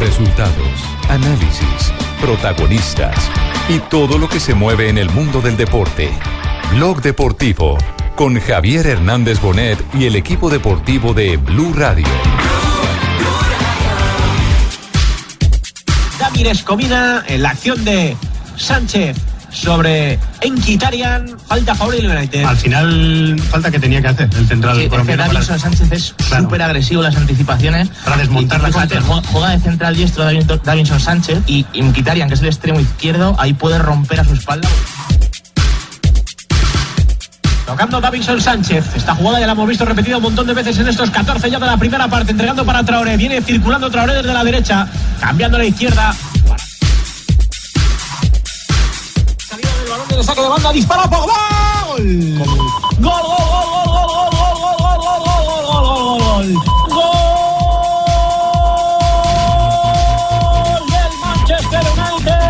Resultados, análisis, protagonistas y todo lo que se mueve en el mundo del deporte. Blog deportivo con Javier Hernández Bonet y el equipo deportivo de Blue Radio. Ramírez Comina en la acción de Sánchez sobre Enquitarian. Falta favorable del United. Al final, falta que tenía que hacer el central Que- es que colombiano. Davinson Sánchez es Claro. súper agresivo en las anticipaciones. Para desmontar Y- y la fíjate, contra, ¿no? ju- Juega de central diestro Davinson Davinson Sánchez y Mkhitaryan, que es el extremo izquierdo, ahí puede romper a su espalda. Tocando Davinson Sánchez. Esta jugada ya la hemos visto repetida un montón de veces en estos 14 ya de la primera parte. Entregando para Traoré. Viene circulando Traoré desde la derecha. Cambiando a la izquierda. Salida del balón en el saque de banda. Dispara Pogba. Gol. Gol, gol, gol, gol, gol, gol, gol, gol, gol, gol, gol, gol, gol, gol. Gol del Manchester United.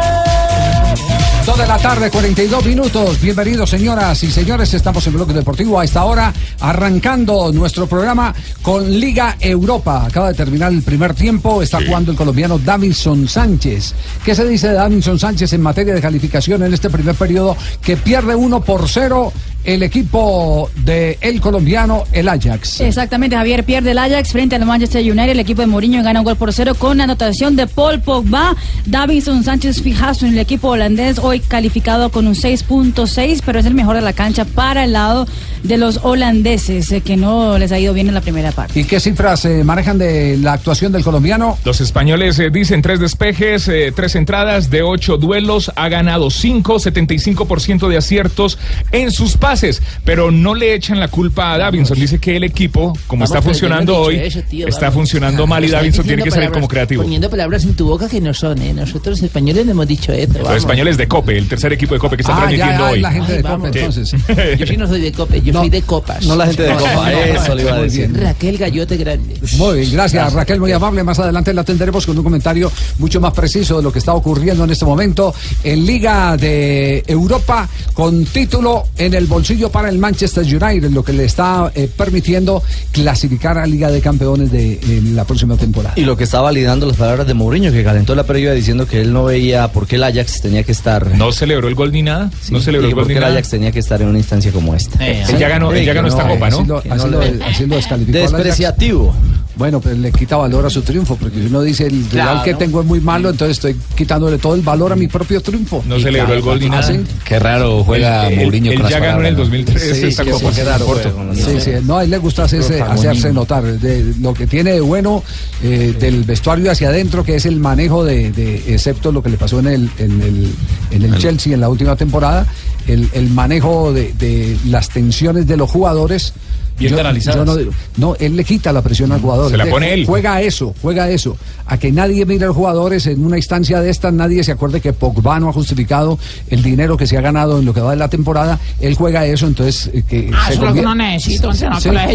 Dos de la tarde, 42 minutos. Bienvenidos, señoras y señores. Estamos en Bloque Deportivo a esta hora, arrancando nuestro programa con Liga Europa. Acaba de terminar el primer tiempo. Está jugando el colombiano Davinson Sánchez. ¿Qué se dice de Davinson Sánchez en materia de calificación en este primer periodo? Que pierde 1 por 0 el equipo de el colombiano, el Ajax. Exactamente, Javier pierde el Ajax frente al Manchester United. El equipo de Mourinho gana un gol por cero con la anotación de Paul Pogba. Davinson Sánchez fijazo en el equipo holandés, hoy calificado con un 6.6, pero es el mejor de la cancha para el lado de los holandeses, eh, que no les ha ido bien en la primera parte. ¿Y qué cifras se manejan de la actuación del colombiano? Los españoles eh, dicen tres despejes, eh, tres entradas de ocho duelos, ha ganado cinco, 75% de aciertos en sus pases, pero no le echan la culpa a Davinson. Dice que el equipo, como Vamos, está pero yo funcionando no he hoy, dicho eso, tío, está vamos. funcionando mal y Estás Davinson tiene diciendo que salir como palabras- creativo. Poniendo palabras en tu boca que no son, ¿eh? Nosotros los españoles no hemos dicho eso. Los españoles de COPE, el tercer equipo de COPE que está Ah, ya, transmitiendo ya, hoy. la gente Ay, de vamos. Copa, Sí. entonces. Yo sí no soy de copas, yo No. soy de copas. No la gente de Copa, eso le iba a Muy decir. bien. Raquel Gallote Grande. Muy bien, gracias, Raquel, muy amable. Más adelante la atenderemos con un comentario mucho más preciso de lo que está ocurriendo en este momento en Liga de Europa con título en el bolsillo para el Manchester United, lo que le está eh, permitiendo clasificar a Liga de Campeones de eh, la próxima temporada. Y lo que está validando las palabras de Mourinho, que calentó la previa diciendo que él no veía por qué el Ajax tenía que estar. No celebró el gol ni nada, no Sí, celebró y el por gol qué ni el nada. Ajax tenía que estar en una instancia como esta. Eh, Él ya ganó, él ya ganó esta Eh, copa, así ¿no? lo- Que así no lo- le- así lo descalificó al Ajax. Despreciativo. Bueno, pero le quita valor a su triunfo, porque si uno dice el rival Claro. que tengo es muy malo, entonces estoy quitándole todo el valor a mi propio triunfo. No celebró el gol ni Ah, nada. sí. Qué raro juega Él- él- Mourinho él con las ya ganó en el palabras, ¿no? 2003 esta sí, copa. sí, qué raro Porto. juega con- Sí, sí, no, a él le gusta hacerse, Protagonismo. hacerse notar. De, lo que tiene de bueno eh, del vestuario hacia adentro, que es el manejo de, de- excepto lo que le pasó en el, en el, en el Chelsea en la última temporada, el, el manejo de, de las tensiones de los jugadores. Bien canalizadas. no, no, él le quita la presión al jugador. Se la Es pone decir, él. Juega a eso, juega a eso. A que nadie mire a los jugadores en una instancia de estas, nadie se acuerde que Pogba no ha justificado el dinero que se ha ganado en lo que va de la temporada. Él juega a eso, entonces. eh, que Ah, se convier- Sí.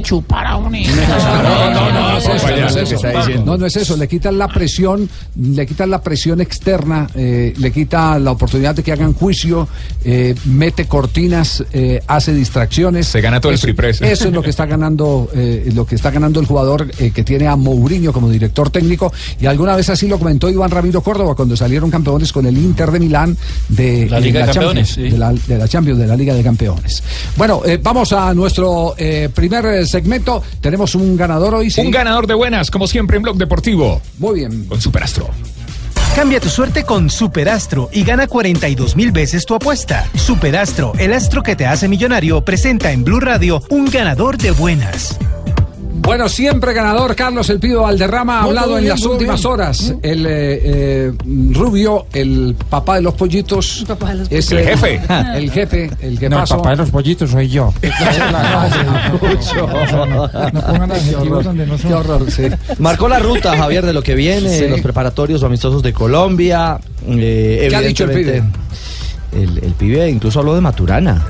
chupar a un no, no, No, no, no, compañero, no, eso no, está no, diciendo. No, no es eso, le quitan la presión, le quitan la presión externa, eh, le quita la oportunidad de que hagan juicio, eh, mete cortinas, eh, hace distracciones. Se gana todo el Eso- free press. Eso es lo que está ganando, eh, lo que está ganando el jugador eh, que tiene a Mourinho como director técnico. Y alguna vez así lo comentó Iván Ramiro Córdoba cuando salieron campeones con el Inter de Milán de La Liga de Champions, Campeones, sí. de la- de la Champions, de la Liga de Campeones. Bueno, eh, vamos a nuestro eh, primer eh, segmento. Tenemos un ganador hoy. ¿sí? Un ganador de buenas, como siempre en Blog Deportivo, Muy bien. con Superastro. Cambia tu suerte con Superastro y gana 42 mil veces tu apuesta. Superastro, el astro que te hace millonario, presenta en Blue Radio un ganador de buenas. Bueno, siempre ganador, Carlos El Pío Valderrama ha Muy hablado bien, en las muy últimas bien. Mm. horas. El eh, eh, Rubio, el papá de los pollitos. es El jefe. El jefe, el que No, pasó. el papá de los pollitos soy yo. Qué horror, sí. Marcó la ruta, Javier, de lo que viene, Sí. los preparatorios o amistosos de Colombia. eh, ¿Qué ha dicho el evidentemente, El, el pibe incluso habló de Maturana.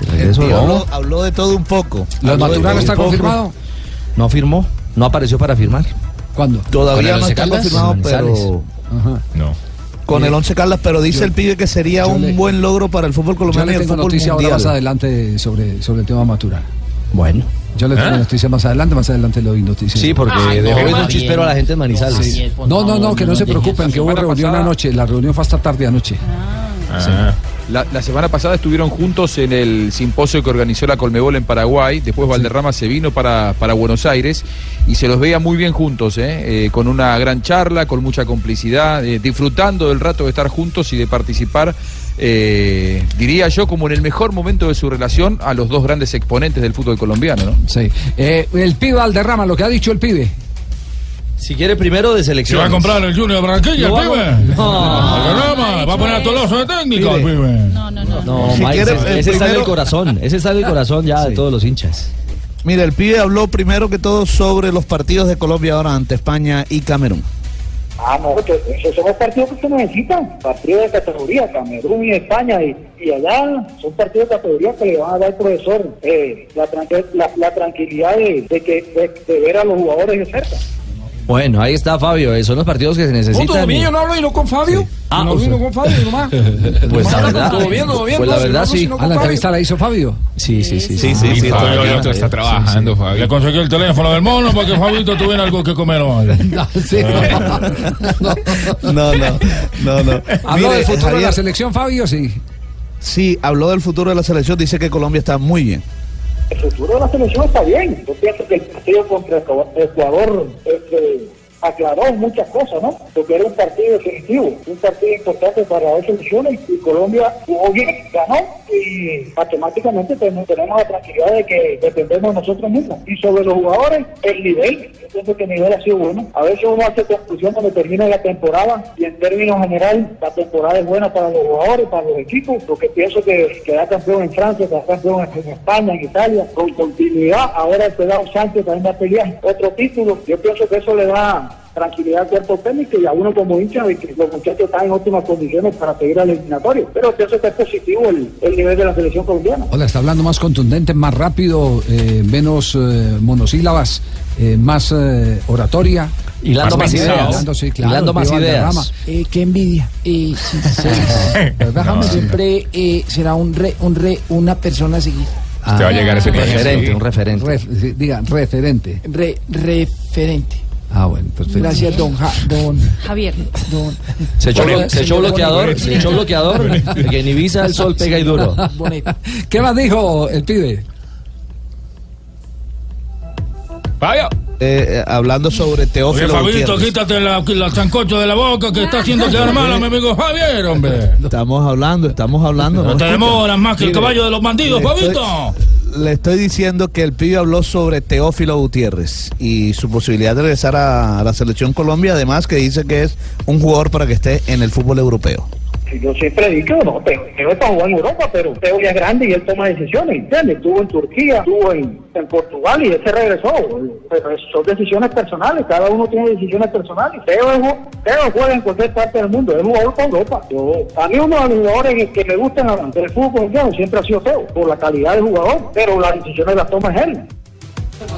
De regreso tío de- habló, habló de todo un poco. ¿Lo de Habló Maturana todo está un poco. confirmado? No firmó, no apareció para firmar. ¿Cuándo? Todavía no está confirmado, pero... No. Con el Once Caldas, pero dice el pibe que sería un buen logro para el fútbol Yo colombiano y le el tengo fútbol noticia mundial. ahora más adelante sobre, sobre el tema Matura. Bueno. Yo le tengo ¿Ah? noticia más adelante, más adelante le doy noticias. Sí, porque Ay, dejó no, ir un Javier, chispero a la gente de Manizales. Sí. Javier, por No, no, no, favor, que no no nos se dejes. preocupen, que La hubo semana reunión pasada- anoche. La reunión fue hasta tarde anoche. Ah. La, la semana pasada estuvieron juntos en el simposio que organizó la Colmebol en Paraguay. Después Valderrama se vino para, para Buenos Aires y se los veía muy bien juntos, ¿eh? Eh, con una gran charla, con mucha complicidad, eh, disfrutando del rato de estar juntos y de participar. eh, diría yo como en el mejor momento de su relación a los dos grandes exponentes del fútbol colombiano, ¿no? Sí. Eh, el pibe Valderrama, lo que ha dicho el pibe. Si quiere primero de selección. va a comprar el Junior de Barranquilla, el Lo pibe? Valderrama, No. va a poner a Toloso de técnico, el Pibe. pibe. No, Si Mike, quiere, ese, el ese está en el primero- corazón. Ese está en el corazón ya de todos los hinchas. Mira, el pibe habló primero que todo sobre los partidos de Colombia ahora ante España y Camerún. Ah, no, que esos son los partidos que se necesitan, partidos de categoría, Camerún y España, y, y allá son partidos de categoría que le van a dar al profesor eh, la, tran- la- la tranquilidad de, de que, de- de ver a los jugadores de cerca. Bueno, ahí está Fabio. eh, Son los partidos que se ¿Todo necesitan. bien? Yo no hablo no con Fabio. Ah, no o sea. vino con Fabio, nomás. Pues la Todo verdad. bien, todo bien, Pues la no, si verdad no, si sí. no, Ah, la entrevista la hizo Fabio. Sí, sí, sí. Sí, sí, sí, Fabio estoy- Alonso está trabajando, Fabio. Le conseguí el teléfono del mono para que Fabito tuviera algo que comer Eh, hoy. No, no, no, no. Habló Mire, del futuro de la Javier, selección, Fabio, sí. Sí, habló del futuro de la selección, dice que Colombia está muy bien. El futuro de la selección está bien. Yo pienso que el partido contra Ecu- Ecuador este, aclaró muchas cosas, ¿no? Porque era un partido definitivo, un partido importante para las dos selecciones y Colombia jugó bien, ganó y matemáticamente ten- tenemos la tranquilidad de que dependemos nosotros mismos. Y sobre los jugadores, el nivel, yo pienso que el nivel ha sido bueno. A veces uno hace conclusión cuando termina la temporada y en términos general la temporada es buena para los jugadores, para los equipos, porque pienso que queda campeón en Francia, queda campeón en España, en Italia, con continuidad. Ahora el pelado Sánchez también va a pelear otro título. Yo pienso que eso le da tranquilidad al cuerpo técnico y a uno como hincha de que los muchachos están en óptimas condiciones para seguir al eliminatorio. Pero pienso que es positivo el, el nivel de la selección colombiana. Hola, está hablando más contundente, más rápido, eh, menos eh, monosílabas, eh, más eh, oratoria. Hilando más ideas. ideas. Hilando, sí, claro, Hilando el más Pío Valderrama. ideas. Eh, qué envidia. Eh, sí, sí. Valderrama No, sí. siempre eh, será un re, un re, una persona a seguir. Usted va a llegar a ese nivel. Ah, Referente, un referente. Ref- sí, diga, referente. Re- referente. Ah, bueno, perfecto. Gracias, don, Ja- don Javier. Don. Se echó, Bonet, blo- se echó señor bloqueador, Bonet. se echó bloqueador, que en Ibiza el sol pega y duro. ¿Qué más dijo el pibe? Fabio. Eh, hablando sobre Oye, Teófilo Fabito, Gutiérrez. quítate la, la chancocho de la boca que está haciendo quedar mal a mi amigo Javier, hombre. Estamos hablando, estamos hablando. No te escucha. demoras más que el Mire, caballo de los bandidos, le estoy- Fabito. Le estoy diciendo que el pibe habló sobre Teófilo Gutiérrez y su posibilidad de regresar a, a la selección Colombia, además que dice que es un jugador para que esté en el fútbol europeo. Si Yo siempre digo, no, pues, Teo, Teo está jugando en Europa, pero Teo ya es grande y él toma decisiones, ¿entiendes? Estuvo en Turquía, estuvo en, en Portugal y él se regresó. Pero es- son decisiones personales, cada uno tiene decisiones personales. Teo, es ju- Teo juega en cualquier parte del mundo, es jugador para Europa. Yo- a mí uno de los jugadores que me gustan del fútbol colombiano siempre ha sido Teo, por la calidad del jugador, pero las decisiones las toma es él.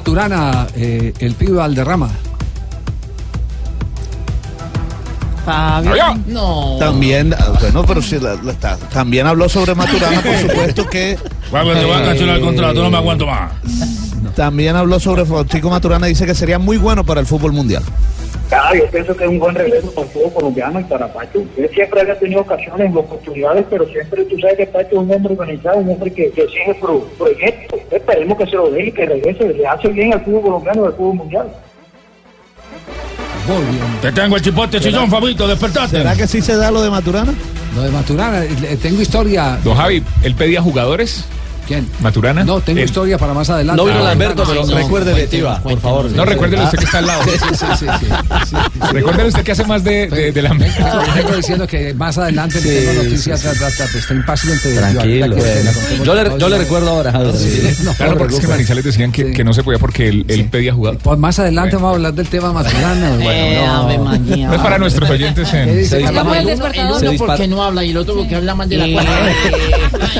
Turana, eh, el pibe Valderrama. Fabio. No. También, ah, bueno, pero sí, la- la está- también habló sobre Maturana, por supuesto que. Fabio, te voy a cancelar el contrato, no me aguanto más. También habló sobre Francisco Maturana, dice que sería muy bueno para el fútbol mundial. Ah, yo pienso que es un buen regreso para el fútbol colombiano y para Pacho. Él siempre había tenido ocasiones, oportunidades, pero siempre tú sabes que Pacho es un hombre organizado, un hombre que, que sigue pro, proyectos. Esperemos que se lo dé y que regrese. Le hace bien al fútbol colombiano y al fútbol mundial. Te tengo el chipote chillón, Fabito, despertate. ¿Será que sí se da lo de Maturana? Lo de Maturana, eh, tengo historia. Don Javi, ¿él pedía jugadores? ¿Quién? ¿Maturana? No, tengo historia para más adelante. No vino Ah, Lamberto, bueno. pero recuérdele, Tiba, por favor. No, recuérdele usted que está al lado. Sí, sí, sí, sí, sí. Recuérdale usted que hace más de, de, de la Vengo, vengo diciendo que más adelante Sí, le tengo sí, noticias. sí. hasta- hasta- Está impaciente. Tranquilo, Yo- bueno. la- Yo la- le- yo le recuerdo ahora, Javier. Sí, no, claro, porque es que preocupe. Manizales decían que, que no se podía porque él, él pedía jugar. Pues más adelante vamos a hablar del tema maturana. Eh, Ave María. No es para nuestros oyentes en- Se Carla disparó Mayo? el El despertador. uno Se porque dispara- no habla y el otro porque habla más de la cuarta.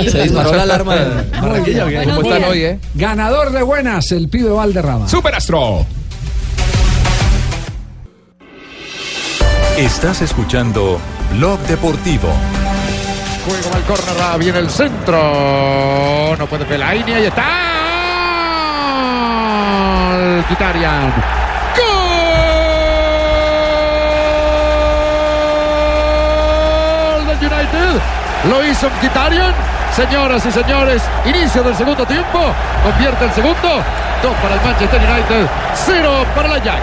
Eh. Se disparó la alarma de Barranquilla, ¿o qué? Buenos ¿Cómo están días. hoy, eh? Ganador de buenas, el pibe Valderrama. ¡Superastro! Estás escuchando Blog Deportivo. Juego al córner, ah, viene el centro. No puede ver la línea y está. Gol, Kitarian. Gol del United. Lo hizo Kitarian. Señoras y señores, inicio del segundo tiempo. Convierte el segundo. Dos para el Manchester United, cero para el Ajax.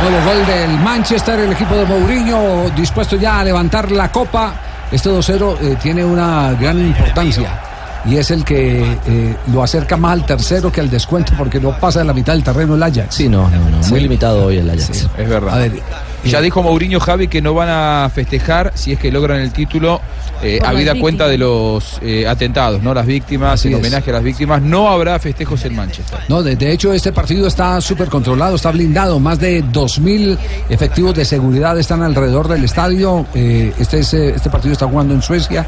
Nuevo gol del Manchester, el equipo de Mourinho dispuesto ya a levantar la copa. Este 2-0 eh, tiene una gran importancia y es el que eh, lo acerca más al tercero que al descuento porque no pasa de la mitad del terreno el Ajax. Sí, no, Muy limitado hoy el Ajax. Es verdad. eh, ya dijo Mourinho Javi que no van a festejar si es que logran el título eh, Por las habida víctimas. cuenta de los eh, atentados, ¿no? Las víctimas, Así en es. homenaje a las víctimas, no habrá festejos en Manchester. No, de, de hecho este partido está súper controlado, está blindado. Más de 2.000 efectivos de seguridad están alrededor del estadio. Eh, este, es, eh, este partido está jugando en Suecia.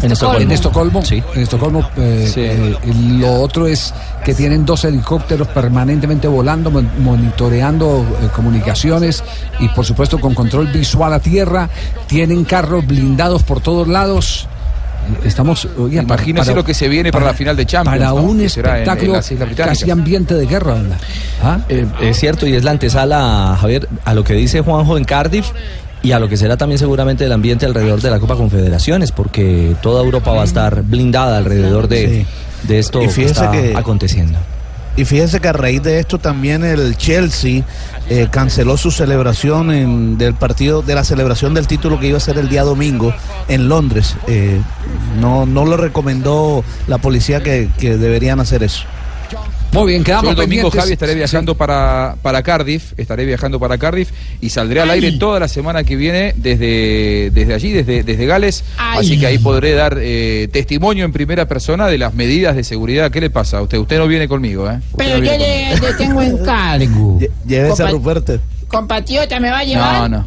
En Estocolmo. En Estocolmo. En Estocolmo, eh, eh, lo otro es que tienen dos helicópteros permanentemente volando, mon- monitoreando eh, comunicaciones y por supuesto con control visual a tierra. Tienen carros blindados por todos lados. Eh, Estamos, oiga, para- Imagínese para- lo que se viene para, la final de Champions. para ¿no? un Que será en- en espectáculo las Islas Británicas. casi ambiente de guerra. ¿verdad? Eh, es cierto, y es la antesala, Javier, a lo que dice Juanjo en Cardiff y a lo que será también seguramente el ambiente alrededor de la Copa Confederaciones, porque toda Europa va a estar blindada alrededor de, de esto Y que fíjense está que- aconteciendo. Y fíjense que a raíz de esto también el Chelsea eh, canceló su celebración en- del partido, de la celebración del título que iba a ser el día domingo en Londres. Eh, no, no lo recomendó la policía que, que deberían hacer eso. Muy bien, Yo el domingo, Javi, estaré viajando para, para Cardiff, estaré viajando para Cardiff y saldré al aire toda la semana que viene desde, desde allí, desde, desde Gales. Así que ahí podré dar eh, testimonio en primera persona de las medidas de seguridad. ¿Qué le pasa a usted? Usted no viene conmigo, ¿eh? Usted Pero no yo viene le, le tengo encargo. Llévese a Compa- Ruperto. Compatriota, ¿me va a llevar? No, no.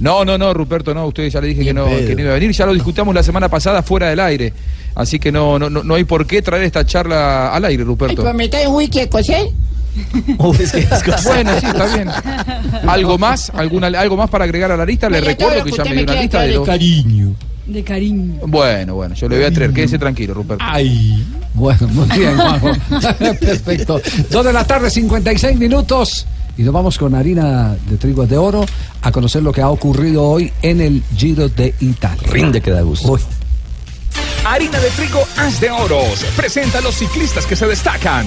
No, no, no, Ruperto, no, usted ya le dije que no, que no iba a venir, ya lo discutamos la semana pasada fuera del aire, así que no, no, no, no hay por qué traer esta charla al aire, Ay, Ruperto. pero me trae un whisky escocés. Bueno, sí, está bien. ¿Algo más? ¿Alguna, ¿Algo más para agregar a la lista? Le Mire, todo recuerdo lo que que ya usted me dio me una quiere lista traer de es los... De cariño. Bueno, bueno, yo le voy a traer. Quédese tranquilo, Ruperto. Ay. Bueno, muy bien, Juanjo. Perfecto. Dos de la tarde, 56 minutos. Y nos vamos con harina de trigo de oro a conocer lo que ha ocurrido hoy en el Giro de Italia. Rinde que da gusto. Harina de trigo As de Oros presenta a los ciclistas que se destacan.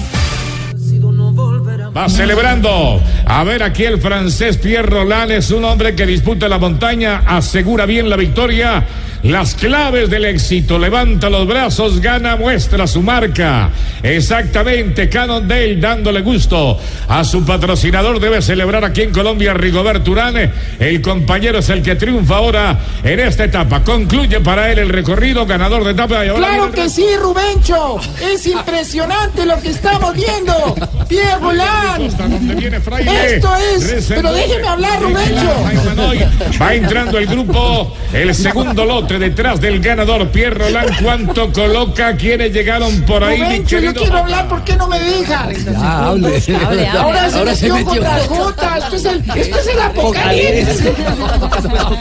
Va celebrando. A ver, aquí el francés Pierre Roland es un hombre que disputa la montaña, asegura bien la victoria. Las claves del éxito, levanta los brazos, gana, muestra su marca. Exactamente, Cannondale dándole gusto a su patrocinador. Debe celebrar aquí en Colombia Rigoberto Urán. El compañero es el que triunfa ahora en esta etapa. Concluye para él el recorrido, ganador de etapa. Y ahora Claro que sí, Rubencho. Es impresionante lo que estamos viendo. Pierre Roland. Fraile. Esto es. Reserva- Pero déjeme hablar, Rubencho. Va entrando el grupo, el segundo lote detrás del ganador, Pierre Roland. ¿Cuánto coloca? ¿Quiénes llegaron por ahí? mi Rubencho, yo querido? quiero hablar, ¿por qué no me deja? Ya, hable. Hable, hable. Ahora se Ahora se metió metió. contra Jota. Esto es el, esto es el apocalipsis.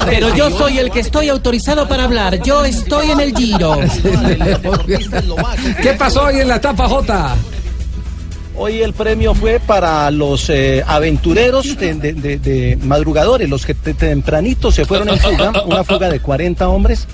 Pero yo soy el que estoy autorizado para hablar. Yo estoy en el giro. ¿Qué pasó hoy en la etapa J? Hoy el premio fue para los eh, aventureros de, de- de- de madrugadores, los que te- tempranito se fueron en fuga, una fuga de 40 hombres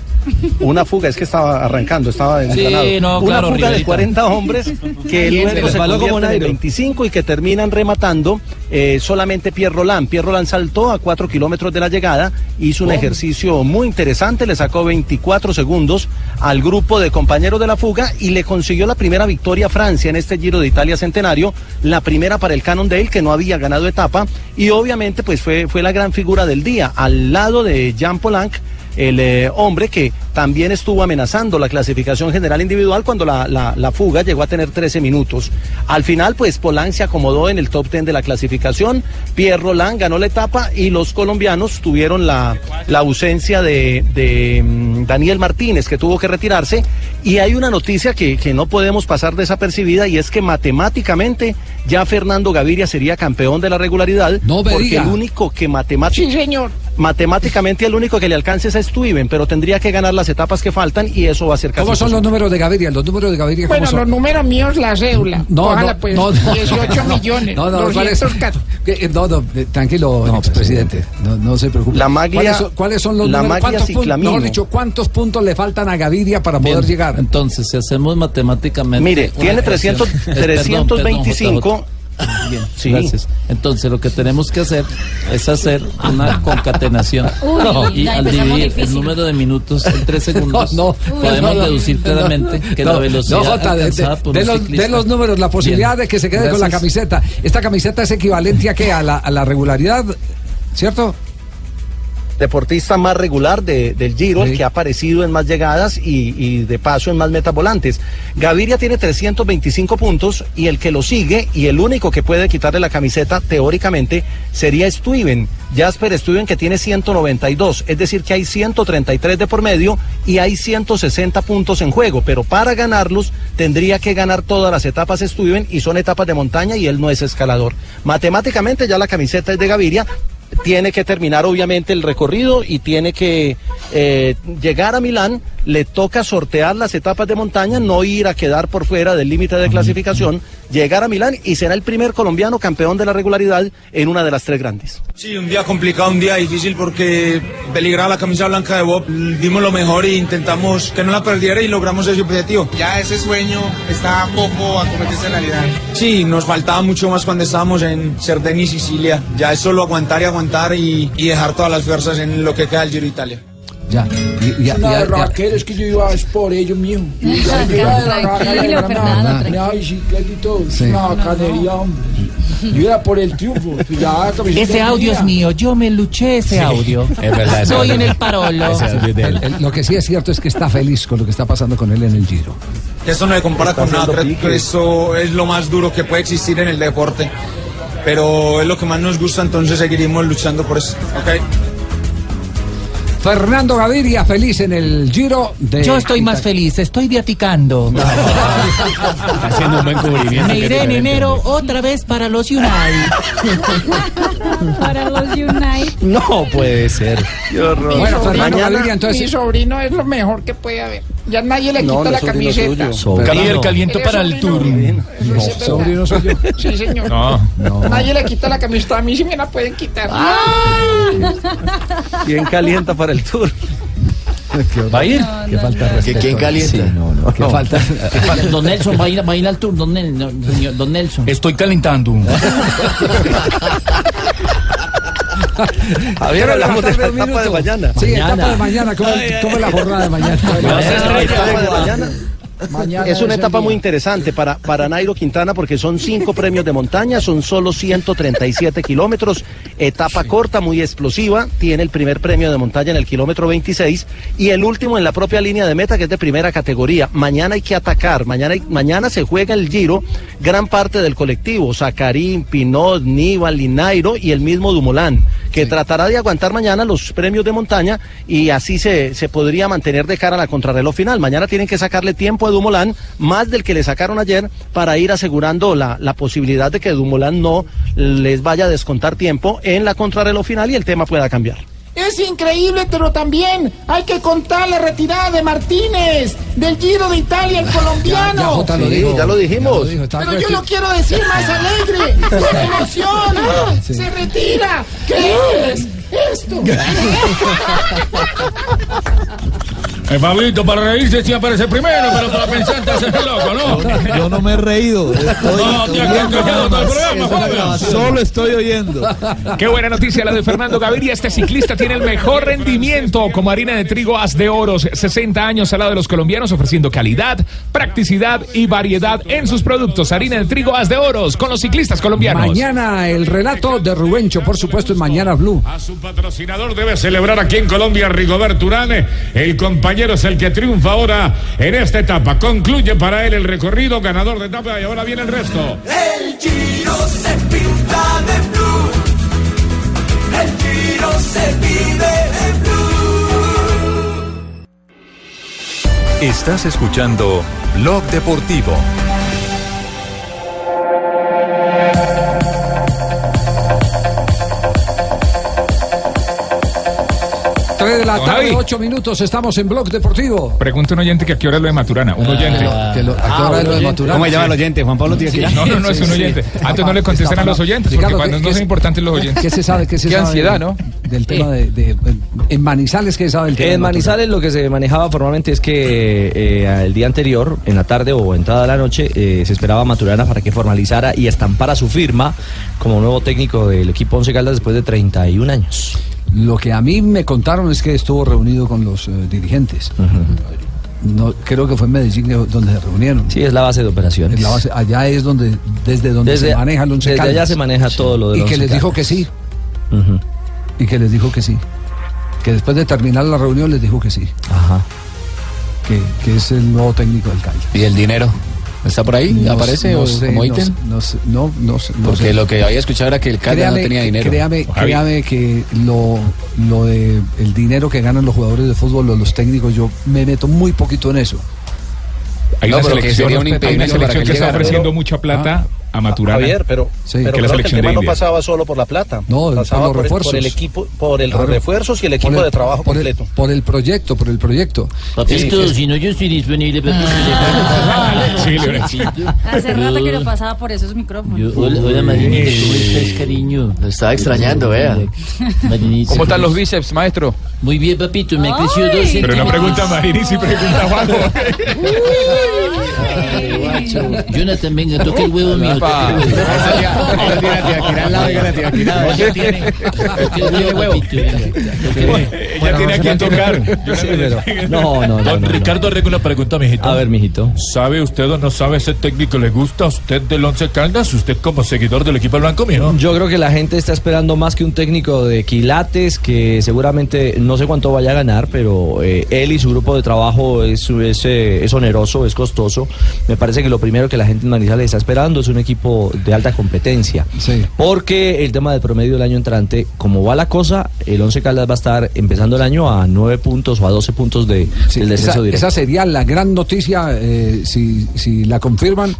Una fuga, es que estaba arrancando, estaba en Sí, no, Una claro, fuga de Riverita. 40 hombres que Bien, se luego les se paró como convierten en Nairo. 25 y que terminan rematando eh, solamente Pierre Roland. Pierre Roland saltó a 4 kilómetros de la llegada, hizo un Wow. ejercicio muy interesante, le sacó 24 segundos al grupo de compañeros de la fuga y le consiguió la primera victoria a Francia en este Giro de Italia Centenario, la primera para el Cannondale que no había ganado etapa y obviamente pues fue, fue la gran figura del día al lado de Jean Polanc el eh, hombre que también estuvo amenazando la clasificación general individual cuando la, la- la fuga llegó a tener 13 minutos. Al final, pues Polán se acomodó en el top 10 de la clasificación, Pierre Roland ganó la etapa y los colombianos tuvieron la, la ausencia de, de, mm, Daniel Martínez, que tuvo que retirarse. Y hay una noticia que, que no podemos pasar desapercibida y es que matemáticamente ya Fernando Gaviria sería campeón de la regularidad me porque diga. el único que matemáticamente... Matemáticamente el único que le alcance es a Stuyven, pero tendría que ganar las etapas que faltan y eso va a ser casi ¿Cómo son los números de Gaviria? Los números de Gaviria, ¿cómo Bueno, son? los números míos, la cédula. No, Ojalá, no, pues, no, no, 18 millones. No, no, ¿cuál es? 214. Eh, no, no, eh, tranquilo, pues, expresidente. No, no se preocupe. La maglia- ¿Cuáles son, cuáles son los la números? maglia ¿Cuántos, pun- ciclamino. mejor dicho, ¿Cuántos puntos le faltan a Gaviria para poder Bien, llegar? Entonces, si hacemos matemáticamente. Mire, una tiene ecuación- 300 Eh, perdón, perdón, 325. JJ. Bien, Sí. gracias. Entonces, lo que tenemos que hacer es hacer una concatenación. Uy, y ya al empezamos dividir el difícil. número de minutos en 3 segundos, No, no, podemos no, no, deducir no, claramente que no, la velocidad. no, Jota, de, alcanzada de- por de un los, ciclista- de los números, la posibilidad Bien, de que se quede con la gracias. camiseta. Esta camiseta es equivalente a qué? A la, a la regularidad, ¿cierto? deportista más regular de- del Giro, el que ha aparecido en más llegadas y, y de paso en más metas volantes. Gaviria tiene 325 puntos y el que lo sigue y el único que puede quitarle la camiseta teóricamente sería Stuyven, Jasper Stuyven que tiene 192, es decir que hay 133 de por medio y hay 160 puntos en juego, pero para ganarlos tendría que ganar todas las etapas Stuyven y son etapas de montaña y él no es escalador. Matemáticamente ya la camiseta es de Gaviria, tiene que terminar obviamente el recorrido y tiene que eh, llegar a Milán. Le toca sortear las etapas de montaña, no ir a quedar por fuera del límite de clasificación, llegar a Milán y será el primer colombiano campeón de la regularidad en una de las tres grandes. Sí, un día complicado, un día difícil porque peligraba la camisa blanca de Bob. Dimos lo mejor e intentamos que no la perdiera y logramos ese objetivo. Ya ese sueño está poco a convertirse en realidad. Sí, nos faltaba mucho más cuando estábamos en Cerdeña y Sicilia. Ya es solo aguantar y aguantar y, y dejar todas las fuerzas en lo que queda del Giro Italia. Ya, y- y- ya, No, ya- ya. Raquel, es que yo iba es por ello mío. Tranquilo, Fernando, tranquilo. Una bicicleta y todo. Sí. Una bacanería, hombre. Yo iba por el triunfo. Ya, camiseta Ese audio mía. es mío, yo me luché ese audio. Estoy en el parolo. El- el- Lo que sí es cierto es que está feliz con lo que está pasando con él en el Giro. Eso no se compara con nada, creo que eso es lo más duro que puede existir en el deporte. Pero es lo que más nos gusta, entonces seguiremos luchando por eso. ¿ok? Fernando Gaviria, feliz en el Giro de... Yo estoy más feliz, estoy viaticando. haciendo un buen cubrimiento. Me que iré en diferente. enero otra vez para los United. Para los United. No puede ser. Bueno, Fernando Mañana- Gaviria, entonces- Mi sobrino es lo mejor que puede haber. Ya nadie le No, quita no la es sobrino camiseta. suyo. Sobrino. Líder caliente Eres para el sobrino tour. mío. No, Eso es verdad. sobrino soy yo. Sí, señor. No, no. Nadie le quita la camiseta. A mí sí me la pueden quitar. Ah, ¿Quién calienta para el Tour? ¿Va a ir? Qué falta de respeto. quién calienta? Sí, no, no. Qué No. falta. Don Nelson, va a ir, va a ir al tour, don, Nel- don- don Nelson. Estoy calentando. Tres Javier, de la hablamos de tarde, la un etapa de minuto. mañana. Sí, etapa Mañana. de mañana. ¿Cómo, cómo es la jornada de mañana? Etapa de mañana. Mañana es una el etapa día. muy interesante para, para Nairo Quintana porque son cinco premios de montaña, son solo 137 kilómetros, etapa corta, muy explosiva, tiene el primer premio de montaña en el kilómetro 26 y el último en la propia línea de meta que es de primera categoría. Mañana hay que atacar, mañana, hay- mañana se juega el giro, gran parte del colectivo, Zacarín, Pinot, Níbal y Nairo y el mismo Dumolán, que tratará de aguantar mañana los premios de montaña y así se, se podría mantener de cara a la contrarreloj final. Mañana tienen que sacarle tiempo a Dumoulin, más del que le sacaron ayer, para ir asegurando la, la posibilidad de que Dumoulin no les vaya a descontar tiempo en la contrarreloj final y el tema pueda cambiar. Es increíble, pero también hay que contar la retirada de Martínez del Giro de Italia, el colombiano. Ya, Jota lo Sí, dijo. ya lo dijimos. Ya dijo, estaba Pero yo cuestión- lo quiero decir más alegre, con emoción. ¿ah? Se retira. ¿Qué es esto? Eh, Pablito, para reírse sí aparece primero, pero para pensar te haces el loco, ¿no? Yo no me he reído. Estoy No, tío, aquí oyendo han cambiado todo el nada programa, más. Es una joder. grabación. Solo estoy oyendo. Qué buena noticia la de Fernando Gaviria. Este ciclista tiene el mejor rendimiento como harina de trigo haz de oros. 60 años al lado de los colombianos ofreciendo calidad, practicidad y variedad en sus productos. Harina de trigo haz de oros con los ciclistas colombianos. Mañana el relato de Rubencho, por supuesto, en Mañana Blue. patrocinador debe celebrar aquí en Colombia Rigoberto Urán. El compañero es el que triunfa ahora en esta etapa. Concluye para él el recorrido, ganador de etapa y ahora viene el resto. El giro se pinta de blue. El giro se vive de blue. Estás escuchando Blog Deportivo. Tres de la Don tarde, Javi. ocho minutos, estamos en Blog Deportivo. Pregunta un oyente que a qué hora es lo de Maturana. Un oyente. que lo- ¿a qué Ah, hora es un lo de oyente. Maturana? ¿Cómo se llama el oyente? Juan Pablo Tibaquirá. No, no, no es Sí, un sí. oyente. Antes no le contesten a los oyentes, porque Ricardo, cuando ¿qué- no qué son se- importantes los oyentes. ¿Qué se sabe? ¿Qué se sabe ansiedad, del- ¿no? Del tema de, de- En Manizales, ¿qué se sabe el tema? de En Maturana? Manizales lo que se manejaba formalmente es que eh, el día anterior, en la tarde o entrada de la noche, eh, se esperaba a Maturana para que formalizara y estampara su firma como nuevo técnico del equipo Once Caldas después de 31 años. Lo que a mí me contaron es que estuvo reunido con los eh, dirigentes. No, creo que fue en Medellín que- donde se reunieron. Sí, es la base de operaciones. En la base- allá es donde, desde donde Desde- se maneja el once desde Caldas. allá se maneja todo lo del Y que Once les dijo Caldas. que sí. Y que les dijo que sí. Que después de terminar la reunión les dijo que sí. Ajá. Que, que es el nuevo técnico del Caldas. ¿Y el dinero? ¿Está por ahí? No ¿Aparece sé, o- no sé, como no ítem? sé, No, sé, no, no sé, no Porque sé. lo que había escuchado era que el Caldas no Créame tenía que- dinero. Créame, Javi. créame que lo, lo de el dinero que ganan los jugadores de fútbol o los técnicos, yo me meto muy poquito en eso. Hay No, una pero que selección, sería un hay una impedimento para selección que que está llegara, ofreciendo pero- mucha plata Ah. a Maturana. Javier, pero, pero que creo la que el selección tema de no India. pasaba solo por la plata. No, pasaba por los por, el- por refuerzos. el equipo, por el Claro. refuerzos y el equipo Por el- de trabajo por el- completo. por el proyecto, por el proyecto. Papito, Sí, si no, yo estoy disponible Ah. para Sí, Leonel. Hace rato que no pasaba por esos micrófonos. Yo- hola, hola Marinita, ¿cómo estás, cariño? Lo estaba extrañando, vea. ¿Cómo están los bíceps, maestro? Muy bien, papito, me creció Ay. dos Pero no pregunta Marini, si pregunta Juanjo. Jonathan, venga, toca el huevo mío. toca el huevo. Oye, tiene- toca el huevo, papito, venga. Bueno, tiene no a se quien la tocar. tiene. Sí, pero- No, no, no. Don Ricardo Rego le pregunta, mijito. A ver, mijito. ¿Sabe usted o no sabe ese técnico? ¿Le gusta a usted del Once Caldas? ¿Usted como seguidor del equipo blanco mío? Yo creo que la gente está esperando más que un técnico de quilates, que seguramente no sé cuánto vaya a ganar, pero eh, él y su grupo de trabajo es, es, eh, es oneroso, es costoso. Me parece que lo primero que la gente en Manizales está esperando es un equipo de alta competencia. Porque el tema del promedio del año entrante, como va la cosa, el Once Caldas va a estar empezando el año a 9 puntos o a 12 puntos de, del Esa, descenso directo. esa sería la gran noticia eh, si, si la confirman.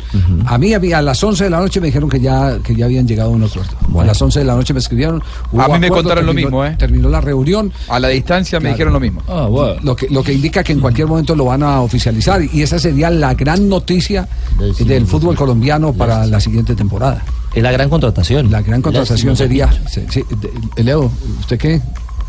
a, mí, a mí, a las 11 de la noche me dijeron que ya, que ya habían llegado a un acuerdo. A las 11 de la noche me escribieron. hubo A mí me acuerdo, contaron lo terminó- mismo, ¿eh? Terminó la reunión. A la distancia me Claro. dijeron lo mismo. Ah, lo, que, lo que indica que en cualquier momento lo van a oficializar y esa sería la gran noticia del fútbol colombiano para la siguiente temporada. Es la gran contratación. La gran contratación sería... Lástima, se- sí, de- Leo, ¿usted qué?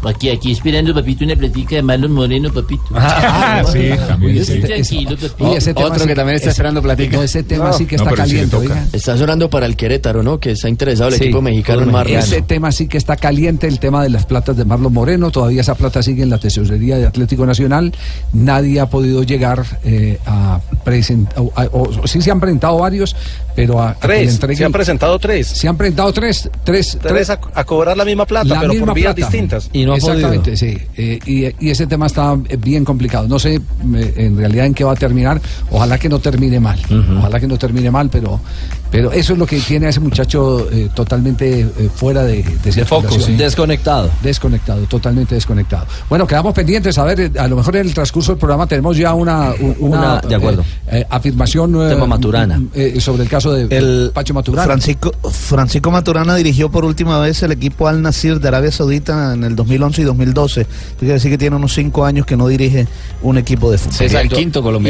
Aquí, aquí esperando, papito, una platica de Marlon Moreno, papito. Ah, sí, también, sí. Tranquilo, papito. Y ese tema Otro sí que también está es- esperando platica. no, ese tema sí que No, está pero sí le caliente, toca. oiga. Está sonando para el Querétaro, ¿no? Que está interesado el Sí, equipo mexicano en Marrano. Ese tema sí que está caliente, el tema de las platas de Marlon Moreno. Todavía esa plata sigue en la tesorería de Atlético Nacional. Nadie ha podido llegar eh, a presentar. O, a- o- sí se han presentado varios, pero a, a que le Tres, entreguen- se han presentado tres. Se han presentado tres. Tres, Tres a, a cobrar la misma plata, la pero misma por vías plata. distintas. Exactamente, sí. Eh, y, y ese tema está eh, bien complicado. No sé eh, en realidad en qué va a terminar. Ojalá que no termine mal. Ojalá que no termine mal, pero, pero eso es lo que tiene a ese muchacho eh, totalmente eh, fuera de, de, foco, circulación. sí. Desconectado. Desconectado, totalmente desconectado. Bueno, quedamos pendientes. A ver, eh, a lo mejor en el transcurso del programa tenemos ya una. u- Una, de acuerdo. eh, eh, afirmación. eh, Tema Maturana. eh, sobre el caso de El- Pacho Maturana. Francisco, Francisco Maturana dirigió por última vez el equipo Al Nasir de Arabia Saudita en el 2011 y 2012. Eso Quiere decir que tiene unos cinco años que no dirige un equipo de fútbol. Exacto.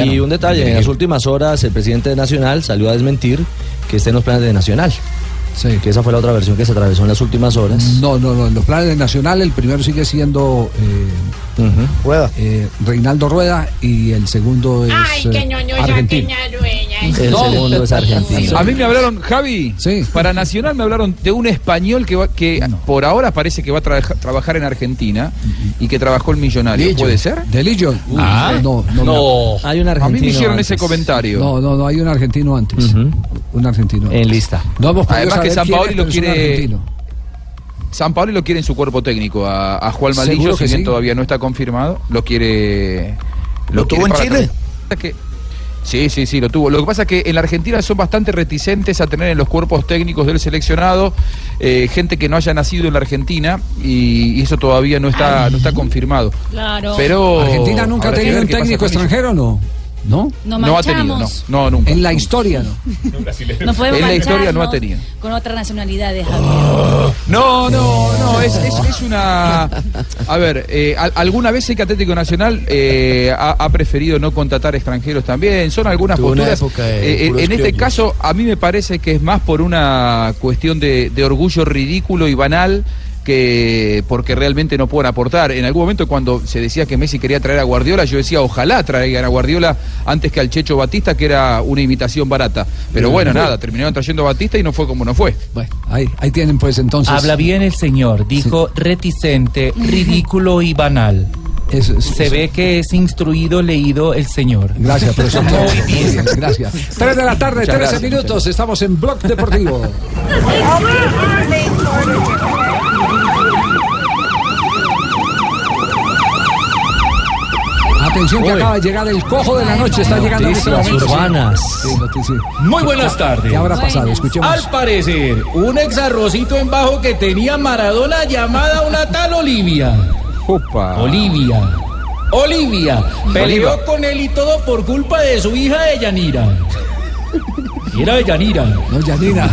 Y un detalle, en las últimas horas el presidente de Nacional salió a desmentir que esté en los planes de Nacional. Sí. Que esa fue la otra versión que se atravesó en las últimas horas. No, no, no. En los planes de Nacional el primero sigue siendo eh, Rueda. Reinaldo Rueda y el segundo es eh, argentino. A mí me hablaron, Javi, para Nacional me hablaron de un español que, va- que por ahora parece que va a traja- trabajar en Argentina y que trabajó el millonario. Lillo. ¿Puede ser? ¿De Lillo? Uy, Ah. No, no, No. Hay un A mí me hicieron ese antes. comentario. No, no, no, hay un argentino antes. Un argentino. En lista. No hemos podido Además que saber San quién es, Paoli lo pero es un quiere. argentino. San Paoli lo quiere en su cuerpo técnico a, a Juan Malillo, Seguro si que bien sí. todavía no está confirmado, lo quiere. ¿Lo, tuvo en para Chile? Lo que pasa es que- Sí, sí, sí, lo tuvo. Lo que pasa es que en la Argentina son bastante reticentes a tener en los cuerpos técnicos del seleccionado eh, gente que no haya nacido en la Argentina y, y eso todavía no está, no está confirmado. Claro. Pero ¿Argentina nunca ha habrá que tenido ver un qué pasa técnico con ellos. extranjero no? ¿No? No No ha tenido, no, manchamos. no, nunca. En la historia no. No podemos en la historia no ha mancharnos tenido. Ah. Con otra nacionalidad de Javier. No, no, no, es, es- es una... A ver, eh, al- alguna vez sé que Atlético Nacional eh, ha, ha preferido no contratar extranjeros también, son algunas Tuvo una posturas... época de Eh, eh, en puros este criollos. caso, a mí me parece que es más por una cuestión de, de orgullo ridículo y banal que porque realmente no pueden aportar. En algún momento cuando se decía que Messi quería traer a Guardiola, yo decía, ojalá traigan a Guardiola antes que al Checho Batista, que era una imitación barata. Pero bueno, nada, terminaron trayendo a Batista y no fue como no fue. Ahí, ahí tienen pues entonces. Habla bien el señor, dijo reticente, ridículo y banal. Se ve que es instruido, leído el señor. Gracias, profesor. Muy bien. Gracias. 3 de la tarde, Muchas 13 gracias, minutos. Estamos en Blog Deportivo. Atención que Uy. acaba de llegar el cojo de la noche. Está llegando en este Noticias momento. urbanas. Sí, noticias. Muy buenas tardes. ¿Qué habrá pasado? Escuchemos. Al parecer, un ex arrocito en bajo que tenía Maradona llamada una tal Olivia. Olivia. Olivia. Peleó Oliva. con él y todo por culpa de su hija de Yanira. Era de Yanira. No, Yanina.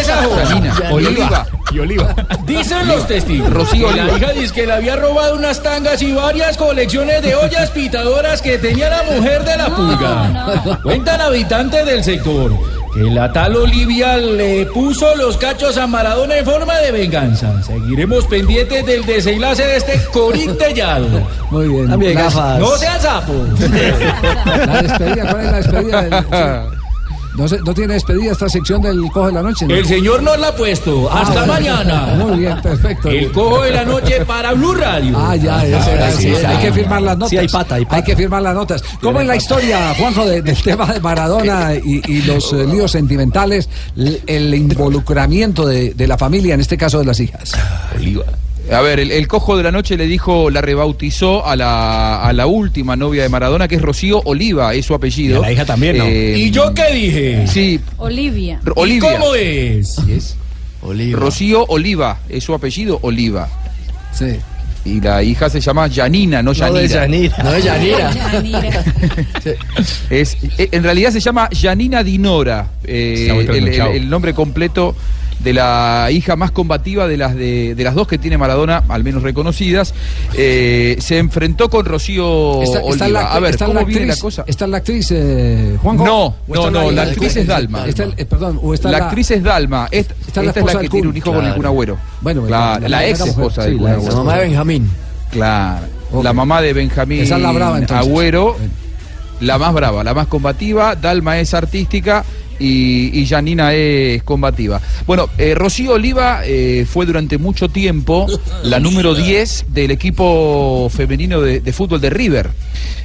Esa Yanina. joven. Oliva. Y Oliva. Dicen los testigos. Rocío que la Oliva. hija dice que le había robado unas tangas y varias colecciones de ollas pitadoras que tenía la mujer de la pulga. Cuentan habitantes del sector que la tal Olivia le puso los cachos a Maradona en forma de venganza. Seguiremos pendientes del desenlace de este corintellado. Muy bien. También La- gafas. No seas sapo. La despedida, ¿cuál es la despedida? del- No, sé, no tiene despedida esta sección del cojo de la noche. ¿no? El señor nos la ha puesto. Ah, Hasta bueno. mañana. Muy bien, perfecto. El cojo de la noche para Blue Radio. Ah, ya, ya, ya, Ahora ya, sí, sí, ya. hay que firmar las notas. Sí, hay pata, hay pata. que firmar las notas. ¿Cómo es la historia, Juanjo, de- del tema de Maradona y, y los eh, líos sentimentales, l- el involucramiento de, de la familia, en este caso de las hijas? A ver, el, el cojo de la noche le dijo, la rebautizó a la, a la última novia de Maradona, que es Rocío Oliva, es su Y apellido. Eh, a la hija también, ¿no? ¿Y yo qué dije? Sí, Olivia. R- Olivia. ¿Cómo es? Rocío Oliva, es su apellido Oliva. Sí. Y la hija se llama Yanina, no Yanira. de Yanira. No de Yanira. Es, eh, en realidad se llama Yanina Dinora, eh, Se la voy el, trayendo, el- chao. el nombre completo de la hija más combativa de las de, de las dos que tiene Maradona, al menos reconocidas. Eh, se enfrentó con Rocío Está- está Oliva. la- A ver, está la ¿cómo viene actriz- la cosa? ¿Está la actriz, eh, Juanjo? No, ¿O no, está no, la actriz es Dalma. Está el- eh, perdón, o está la, actriz es Dalma. Esta, está la esta esposa es la que del tiene Kun, un hijo con el claro. Kun Agüero. Bueno, la, la- la, la ex mujer, esposa sí, del Kun la- Agüero. la mamá de Benjamín. Claro. La mamá de Benjamín Esa es la brava, entonces. Agüero. La más brava, la más combativa. Dalma es artística. Y, y Janina es combativa. Bueno, eh, Rocío Oliva eh, fue durante mucho tiempo la número 10 del equipo femenino de- de fútbol de River.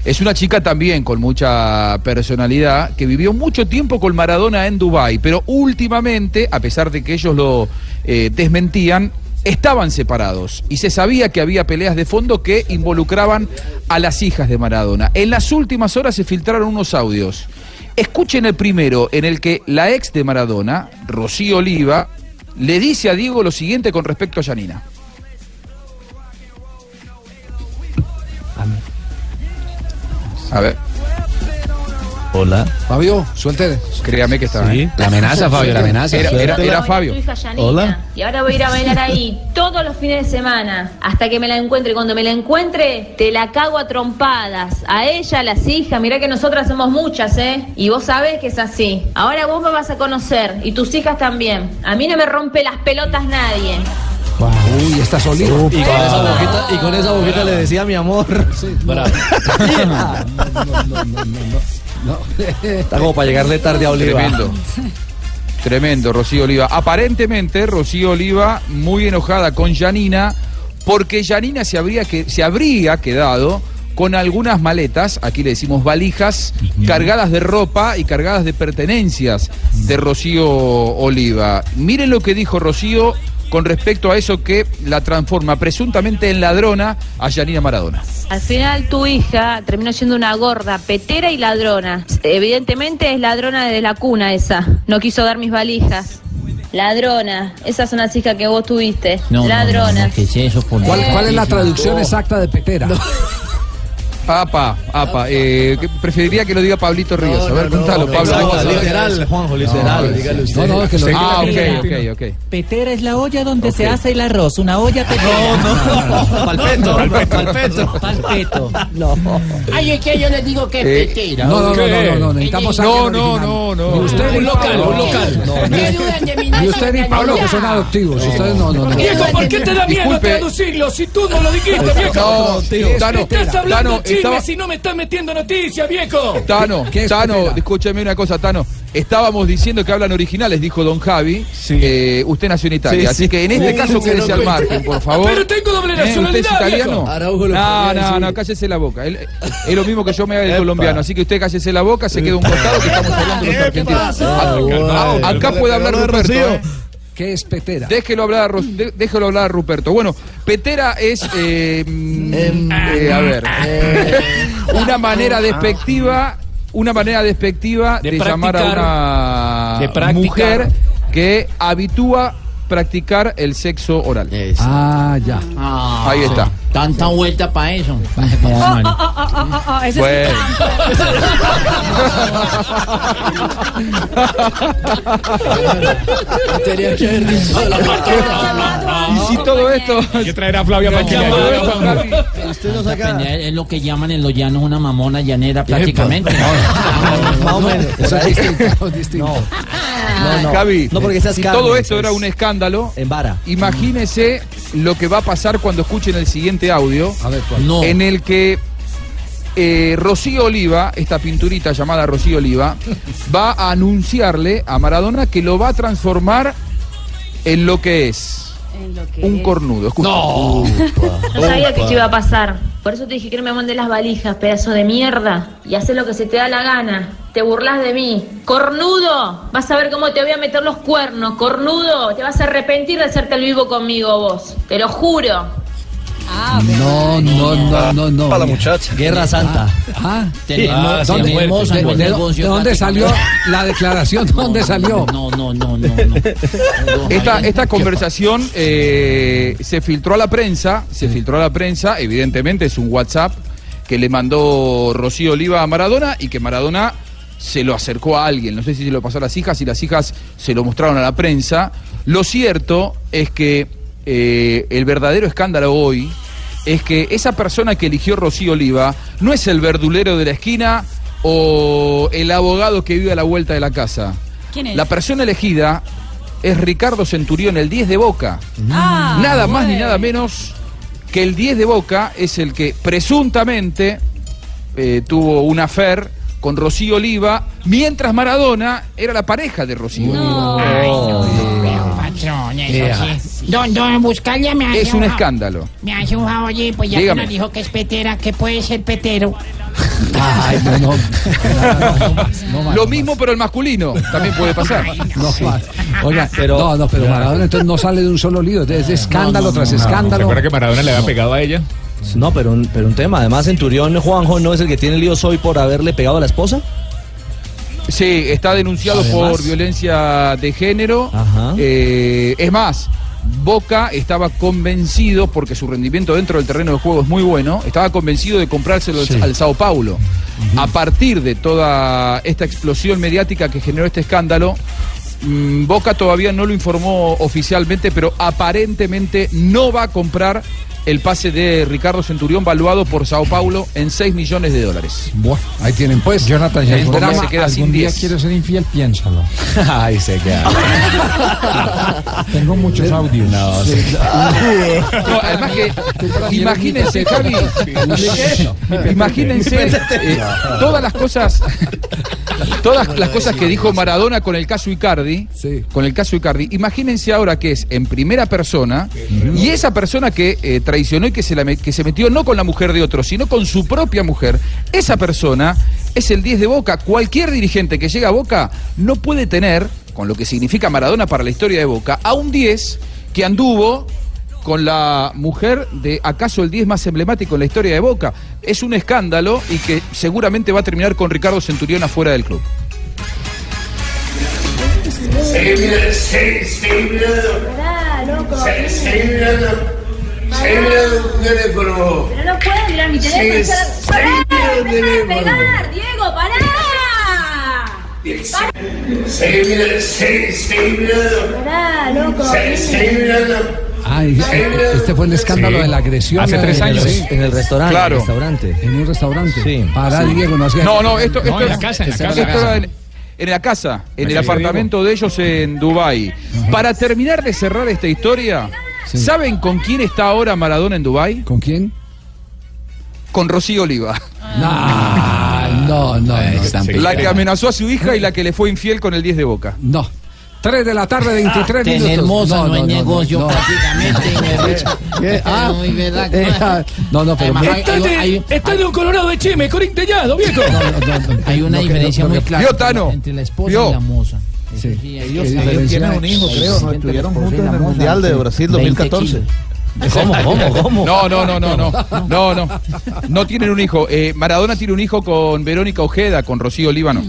Es una chica también con mucha personalidad que vivió mucho tiempo con Maradona en Dubái, pero últimamente, a pesar de que ellos lo eh, desmentían, estaban separados y se sabía que había peleas de fondo que involucraban a las hijas de Maradona. En las últimas horas se filtraron unos audios. Escuchen el primero en el que la ex de Maradona, Rocío Oliva, le dice a Diego lo siguiente con respecto a Janina. A ver. Hola. Fabio, suelte. Créame que está. Sí. La amenaza, Fabio, la amenaza. Era, era- Suéltela. era Fabio. Tu hija Yanina. Hola. Y ahora voy a ir a bailar ahí todos los fines de semana hasta que me la encuentre. Y Cuando me la encuentre, te la cago a trompadas. A ella, a las hijas. Mirá que nosotras somos muchas, ¿eh? Y vos sabés que es así. Ahora vos me vas a conocer y tus hijas también. A mí no me rompe las pelotas nadie. Ah, Uy, esta solita. Y con esa boquita, y con esa boquita le decía mi amor. Está como para llegarle tarde a Oliva. Tremendo. Tremendo, Rocío Oliva. Aparentemente, Rocío Oliva muy enojada con Janina porque Janina se, habría que, se habría quedado con algunas maletas, aquí le decimos valijas, cargadas de ropa y cargadas de pertenencias de Rocío Oliva. Miren lo que dijo Rocío con respecto a eso que la transforma presuntamente en ladrona a Janina Maradona. Al final tu hija terminó siendo una gorda, petera y ladrona. Evidentemente es ladrona desde la cuna esa. No quiso dar mis valijas. Ladrona, esa es una chica que vos tuviste. ladrona. ¿Cuál, cuál es la traducción exacta de Petera? Apa, apa. eh, que- preferiría que lo diga Pablito Ríos. a ver, contalo, Pablo. exacto, ¿cómo se- literal, Juanjo, literal, dígale usted. No, no, que lo Sí. Ah, ok, Literal. ok, ok. Petera es la olla donde se hace el arroz, una olla petera. No, no, Palpeto, palpeto. Palpeto. No. Ay, es que yo les digo que Eh, es petera. No, no, no, no, no, necesitamos No, alguien no, original. no, no. Ni usted ni Un local, Pablo. un local. No, ni- ¿Qué dudan de mi Ni usted ni nacionalidad? Pablo, que son adoptivos. Ustedes no, no, no. Viejo, ¿por qué te da miedo Disculpe. traducirlo si tú no lo dijiste, viejo? No, tío. Tano, estás hablando Tano, chisme estaba- si no me estás metiendo noticias, viejo. Tano, Tano, escúchame una cosa, Tano. Estábamos diciendo que hablan originales, dijo Don Javi. Eh, usted nació en Italia, Sí, así sí. que en este Sí, caso sí, quédese no al cuente. margen, por favor. Pero tengo doble ¿Eh? ¿Usted es nacionalidad, italiano? viejo. Araujo lo No, no, podría decir. no, cállese la boca. Él- es lo mismo que yo me haga el colombiano, así que usted cállese la boca, se queda un costado que estamos hablando los argentinos. Ah, ah, Acá puede hablar Ruperto. ¿eh? ¿Qué es Petera? Déjelo hablar, a Ros- de- déjelo hablar a Ruperto. Bueno, Petera es, eh, mm, Em, eh, a ver, una manera despectiva, una manera despectiva de, De llamar a practicar. De una practicar. mujer que habitúa practicar el sexo oral. Ah, ya. Ahí está. Tanta vuelta para eso. Oh, Ah, ese Bueno. Tenía que haber dicho de la Y si todo esto. ¿Qué traerá Flavia Pacheco? Usted no saca. Es lo que llaman en los llanos una mamona llanera prácticamente. Más o menos. Eso es No, no. Javi, No, porque seas si Carmen, todo esto pues. era un escándalo, En vara. imagínese lo que va a pasar cuando escuchen el siguiente audio, en el que eh, Rocío Oliva, esta pinturita llamada Rocío Oliva, va a anunciarle a Maradona que lo va a transformar en lo que es un cornudo. Escucha. Yo sabía que esto iba a pasar. Por eso te dije que no me mandes las valijas, pedazo de mierda. Y haces lo que se te da la gana. Te burlas de mí. Cornudo, vas a ver cómo te voy a meter los cuernos. Cornudo, te vas a arrepentir de hacerte el vivo conmigo vos. Te lo juro. No, no, no, no, no. Para la muchacha. Guerra Santa. Ah, Tenemos- ¿Dónde- tenemos ¿De, algún de- negocio de dónde salió la declaración? ¿Dónde salió? No, no, no, no. Esta, esta conversación eh, se filtró a la prensa, se filtró a la prensa, evidentemente es un WhatsApp que le mandó Rocío Oliva a Maradona y que Maradona se lo acercó a alguien, no sé si se lo pasó a las hijas y las hijas se lo mostraron a la prensa. Lo cierto es que eh, el verdadero escándalo hoy es que esa persona que eligió Rocío Oliva no es el verdulero de la esquina o el abogado que vive a la vuelta de la casa. ¿Quién es? La persona elegida es Ricardo Centurión, el 10 de Boca. Ah, nada más ni bueno. nada menos que el 10 de Boca es el que presuntamente eh, tuvo un affair con Rocío Oliva, mientras Maradona era la pareja de Rocío Oliva. Oh. Patrón, Vea. eso sí. Don, don, buscarle me hace Es un un- escándalo. Me hace un favor, y pues ya que Dígame. nos dijo que es petera, que puede ser petero. Ay, no, no. Lo mismo, pero el masculino también puede pasar. No, Oiga, no, no, pero Maradona entonces no sale de un solo lío, es de escándalo tras escándalo. ¿Recuerda No. pegado a ella? No, pero un, pero un tema. Además, Centurión Juanjo no es el que tiene líos hoy por haberle pegado a la esposa. Sí, está denunciado Además. por violencia de género. Eh, es más, Boca estaba convencido, porque su rendimiento dentro del terreno de juego es muy bueno, estaba convencido de comprárselo al- Sí. al Sao Paulo. A partir de toda esta explosión mediática que generó este escándalo, mm, Boca todavía no lo informó oficialmente, pero aparentemente no va a comprar el pase de Ricardo Centurión valuado por Sao Paulo en 6 millones de dólares. Buah, ahí tienen pues. Jonathan, El drama se queda sin día 10. quiero ser infiel, piénsalo. Ay, se queda. Tengo muchos audios. No, No, además que, imagínense, Javi, imagínense eh, todas las cosas, todas las cosas que dijo Maradona con el caso Icardi, con el caso Icardi, imagínense ahora que es en primera persona y esa persona que eh, traicionó y que se, la met- que se metió no con la mujer de otro, sino con su propia mujer, esa persona es el 10 de Boca. Cualquier dirigente que llega a Boca no puede tener, con lo que significa Maradona para la historia de Boca, a un 10 que anduvo con la mujer de acaso el 10 más emblemático en la historia de Boca. Es un escándalo y que seguramente va a terminar con Ricardo Centurión afuera del club. Seguí mirando, seguí, seguí mirando. Se- Seguí mirando. Seguí mirando tu teléfono. Pero no puedo mirar mi teléfono. Sí, está- sí, ¡Pará! mira, ¡Dejá de mira, pegar, Diego! ¡Pará! Seguí mirando, seguí, seguí mirando. Se- Seguí mirando. Ah, y- este fue el escándalo Sí. de la agresión. Hace en tres el años. res- En el restaurante, Claro. en el restaurante. En un restaurante. Sí. Para Sí. Diego no hacía. No, no, esto, esto en es- la casa, en la esto casa. era en- en la casa, en Sí. el apartamento de ellos en Dubái. Para terminar de cerrar esta historia, ¿saben con quién está ahora Maradona en Dubái? ¿Con quién? Con Rocío Oliva. Ah. No, no, no. La que amenazó a su hija y la que le fue infiel con el 10 de Boca. No. 3 de la tarde, 23 Ah, tan minutos. hermosa, no hay negocio prácticamente. Ah, muy verdad. eh, ¿cómo? No, no, pero. mira, Estás de- estás de un colorado de chime, corinteñado, viejo. Hay una No, que no, diferencia no, muy no, clara vio, entre la- Tano. entre la esposa Vio. y la moza. Sí. Sí, ellos, Ellos ellos tienen un hijo, creo, ¿no? Estuvieron juntos en el Mundial de Brasil 2014. No, no, no, no, no. No, no. No tienen un hijo. Eh, Maradona tiene un hijo con Verónica Ojeda, con Rocío Líbano.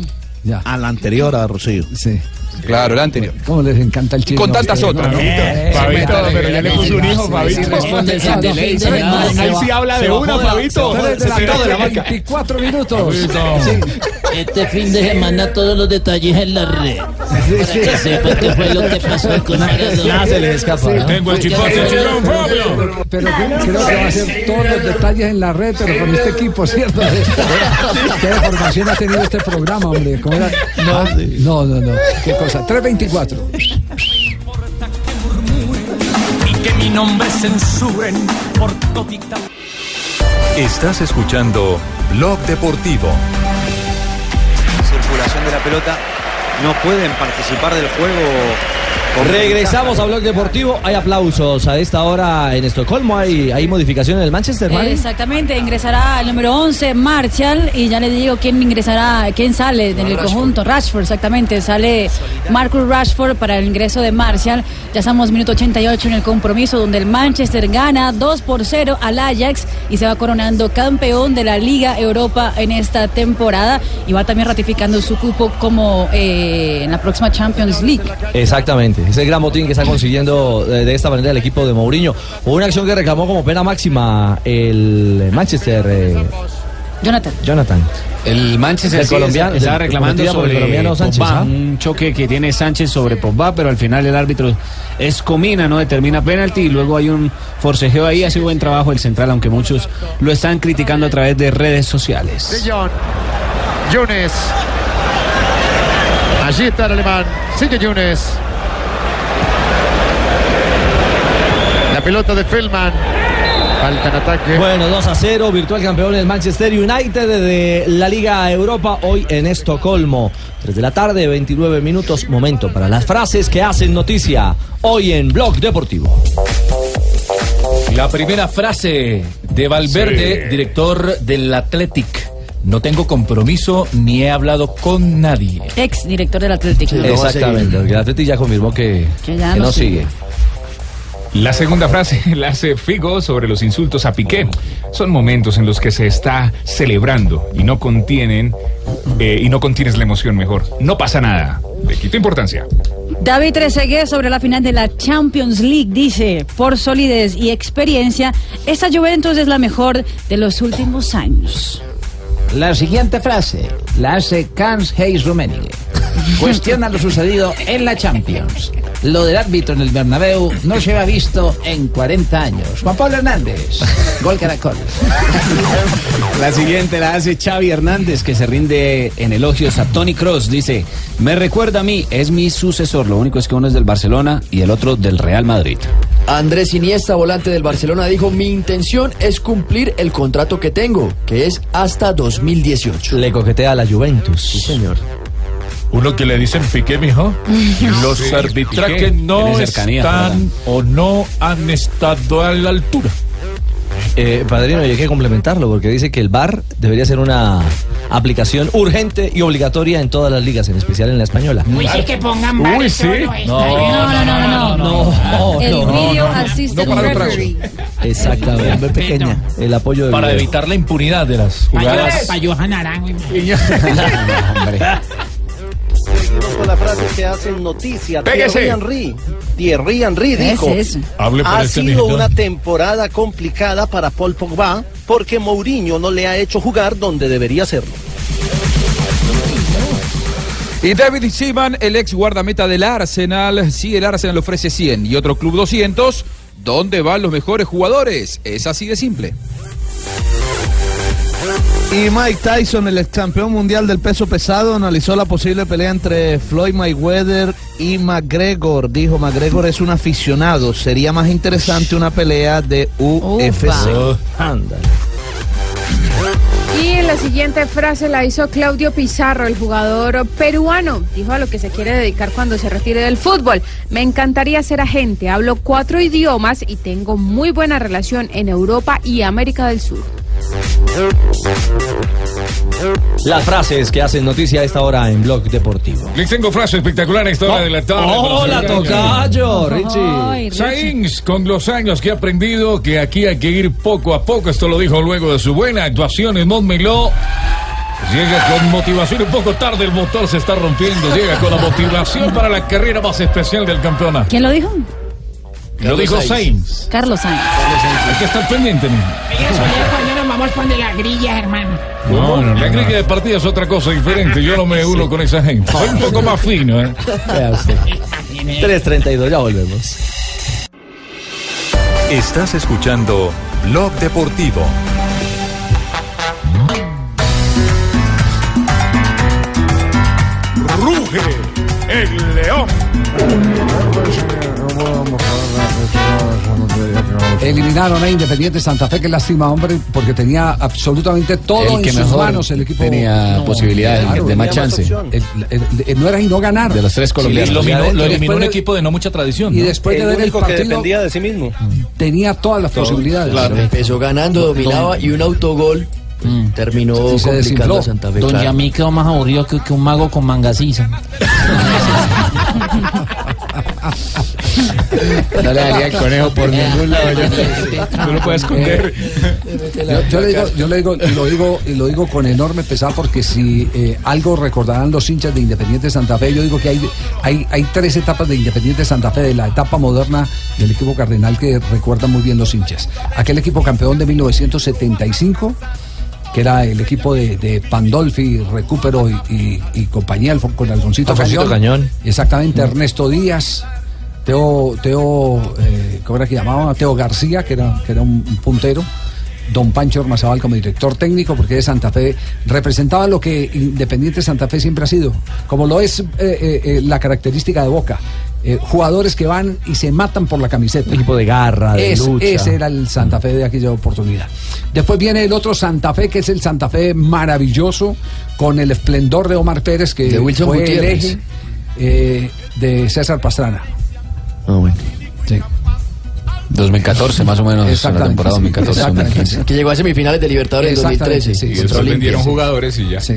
A Ah, la anterior a Rocío. Sí. Claro, la anterior. ¿Cómo les encanta el Y chile? con a tantas ustedes, otras. no? Eh, Sí, Fabito, claro, pero ya le sí, puso sí, un hijo, sí, Fabito. sí, responde, Se sí, defiende, sí, se no, defiende. no, Él sí no, habla se de bajó una, la- Fabito. se bajó de la Se tarde, defiende. 24 minutos. Fabito. Sí. Este fin de semana todos los detalles en la red. Para sí. que sepa qué fue lo que pasó con Nada se les escapa, ¿no? Tengo el chipote, el chillón, Fabio. Pero creo que va a ser todos los detalles en la red, pero con este equipo, ¿cierto? ¿Qué formación ha tenido este programa, hombre? ¿Cómo era? Ah, No, no, no. ¿Qué cosa? 324. que mi nombre censuren por todita. Estás escuchando Blog Deportivo. Circulación de la pelota. No pueden participar del juego. con- Regresamos a Blog Deportivo. Hay aplausos a esta hora en Estocolmo. Hay, hay modificaciones en el Manchester, Mari. Eh, Exactamente, ingresará el número 11, Martial, y ya le digo quién ingresará, quién sale del conjunto, Rashford, exactamente, sale Marcus Rashford para el ingreso de Martial. Ya estamos minuto 88 en el compromiso donde el Manchester gana 2 por 0 al Ajax y se va coronando campeón de la Liga Europa en esta temporada y va también ratificando su cupo como eh, en la próxima Champions League. Exactamente, ese gran botín que está consiguiendo eh, de esta manera el equipo de Mourinho. Hubo una acción que reclamó como pena máxima el Manchester. eh, Jonathan. Jonathan. El Manchester El sí, colombiano, estaba el- reclamando cometida por el sobre colombiano Sánchez, Pogba, ¿ah? un choque que tiene Sánchez sobre Pogba, pero al final el árbitro es comina, no determina penalti y luego hay un forcejeo ahí, hace buen trabajo el central, aunque muchos lo están criticando a través de redes sociales. De Jong. Younes. Allí está el alemán. Sigue Younes. La pelota de Feldman. Falta en ataque. ¿ah? Bueno, 2 a 0, virtual campeón el Manchester United de la Liga Europa hoy en Estocolmo. 3 de la tarde, 29 minutos, momento para las frases que hacen noticia hoy en Blog Deportivo. La primera frase de Valverde, director del Athletic. No tengo compromiso ni he hablado con nadie. Ex director del Atlético. Exactamente, porque el Atleti ya confirmó que, Que ya que no no sigue. La segunda frase la hace Figo sobre los insultos a Piqué. Son momentos en los que se está celebrando y no contienen eh, y no contienes la emoción mejor. No pasa nada. Le quito importancia. David Trezeguet sobre la final de la Champions League dice, por solidez y experiencia, esta Juventus es la mejor de los últimos años. La siguiente frase la hace Kans Hayes Rummenigge. Cuestiona lo sucedido en la Champions. Lo del árbitro en el Bernabéu no se había visto en 40 años. Juan Pablo Hernández, gol Caracol. La siguiente la hace Xavi Hernández, que se rinde en elogios a Tony Cross. Dice: Me recuerda a mí, es mi sucesor. Lo único es que uno es del Barcelona y el otro del Real Madrid. Andrés Iniesta, volante del Barcelona, dijo, mi intención es cumplir el contrato que tengo, que es hasta 2018. Le coquetea a la Juventus. Sí, señor. Uno que le dicen piqué, mijo. Los Sí, arbitrajes Piqué. no Tiene cercanía, están o no han estado a la altura. Eh, padrino, y hay que complementarlo porque dice que el VAR debería ser una aplicación urgente y obligatoria en todas las ligas, en especial en la española. Uy, sí, que pongan bar y todo, no, está bien. no, no, no, no, no, El no, video no, no. assistant No para el referee. Exactamente. Pequeña, el apoyo de Para video. evitar la impunidad de las jugadas. Para Johan Arango. con las frases que hacen noticia. Pégase. Thierry Henry, Thierry Henry Ese, dijo, ese. Hable por ha este sido mijito". una temporada complicada para Paul Pogba porque Mourinho no le ha hecho jugar donde debería hacerlo. Y David Seaman, el ex guardameta del Arsenal, si el Arsenal ofrece 100 y otro club 200, ¿dónde van los mejores jugadores? Es así de simple. Y Mike Tyson, el ex campeón mundial del peso pesado, analizó la posible pelea entre Floyd Mayweather y McGregor. Dijo, McGregor es un aficionado, sería más interesante una pelea de UFC. Y la siguiente frase la hizo Claudio Pizarro, el jugador peruano. Dijo a lo que se quiere dedicar cuando se retire del fútbol. Me encantaría ser agente. Hablo cuatro idiomas y tengo muy buena relación en Europa y América del Sur. Las frases que hacen noticia a esta hora en Blog Deportivo. Les tengo frase espectacular a esta hora de la tarde. Hola, tocayo, Richie. Ay, Richie. Sainz, con los años que ha aprendido que aquí hay que ir poco a poco, esto lo dijo luego de su buena actuación en Montmeló. Llega con motivación, un poco tarde el motor se está rompiendo, llega con la motivación para la carrera más especial del campeonato. ¿Quién lo dijo? Lo dijo Sainz. Carlos Sainz. Hay que estar pendiente. mijo. pues, cuando nos vamos pone la grilla, hermano. No, no, la crítica de partida es otra cosa diferente. Yo no me uno con esa gente. Soy un poco más fino, ¿eh? 3.32, ya volvemos. Estás escuchando Blog Deportivo. Ruge el león. Eliminaron a Independiente Santa Fe, qué lástima, hombre, porque tenía absolutamente todo El que en sus mejor manos el equipo. tenía posibilidades, el de más tenía chance. opción. El- el- el- no era y no ganar. De los tres colombianos. Sí, Lo eliminó- lo Después eliminó de- un equipo de no mucha tradición. Y después de el ver el único que partido, dependía de sí mismo. tenía todas las posibilidades. Claro, empezó ganando, dominaba y un autogol Mm. terminó complicando a Santa Fe. Don claro. Yamí quedó más aburrido que, que un mago con mangasisa. No le daría el conejo por ningún lado. No lo puedes esconder. Yo, yo le digo, yo le digo, y lo digo, y lo digo con enorme pesar porque si eh, algo recordarán los hinchas de Independiente Santa Fe, yo digo que hay, hay, hay tres etapas de Independiente Santa Fe, de la etapa moderna del equipo cardenal que recuerdan muy bien los hinchas. Aquel equipo campeón de 1975 que era el equipo de, de Pandolfi, Recupero y, y- y compañía, Alfon- con Alfoncito, Alfoncito Cañón. Exactamente, Ernesto Díaz, Teo, Teo eh, ¿cómo era que llamaba? Teo García, que era, que era un, un puntero. Don Pancho Ormazábal como director técnico, porque de Santa Fe representaba lo que Independiente Santa Fe siempre ha sido, como lo es eh, eh, eh, la característica de Boca. eh, jugadores que van y se matan por la camiseta. Equipo de garra, de Es- lucha. Ese era el Santa Fe de aquella oportunidad. Después viene el otro Santa Fe, que es el Santa Fe maravilloso, con el esplendor de Omar Pérez, que De Wilson Eh, fue el Gutiérrez. eje eh, de César Pastrana. Ah, Sí. 2014, más o menos, Exactamente, la temporada sí, 2014. exactamente. 2015. Que llegó a semifinales de Libertadores en Exactamente, 2013. sí. contra Y después Olimpia, vendieron sí. jugadores y ya. Sí,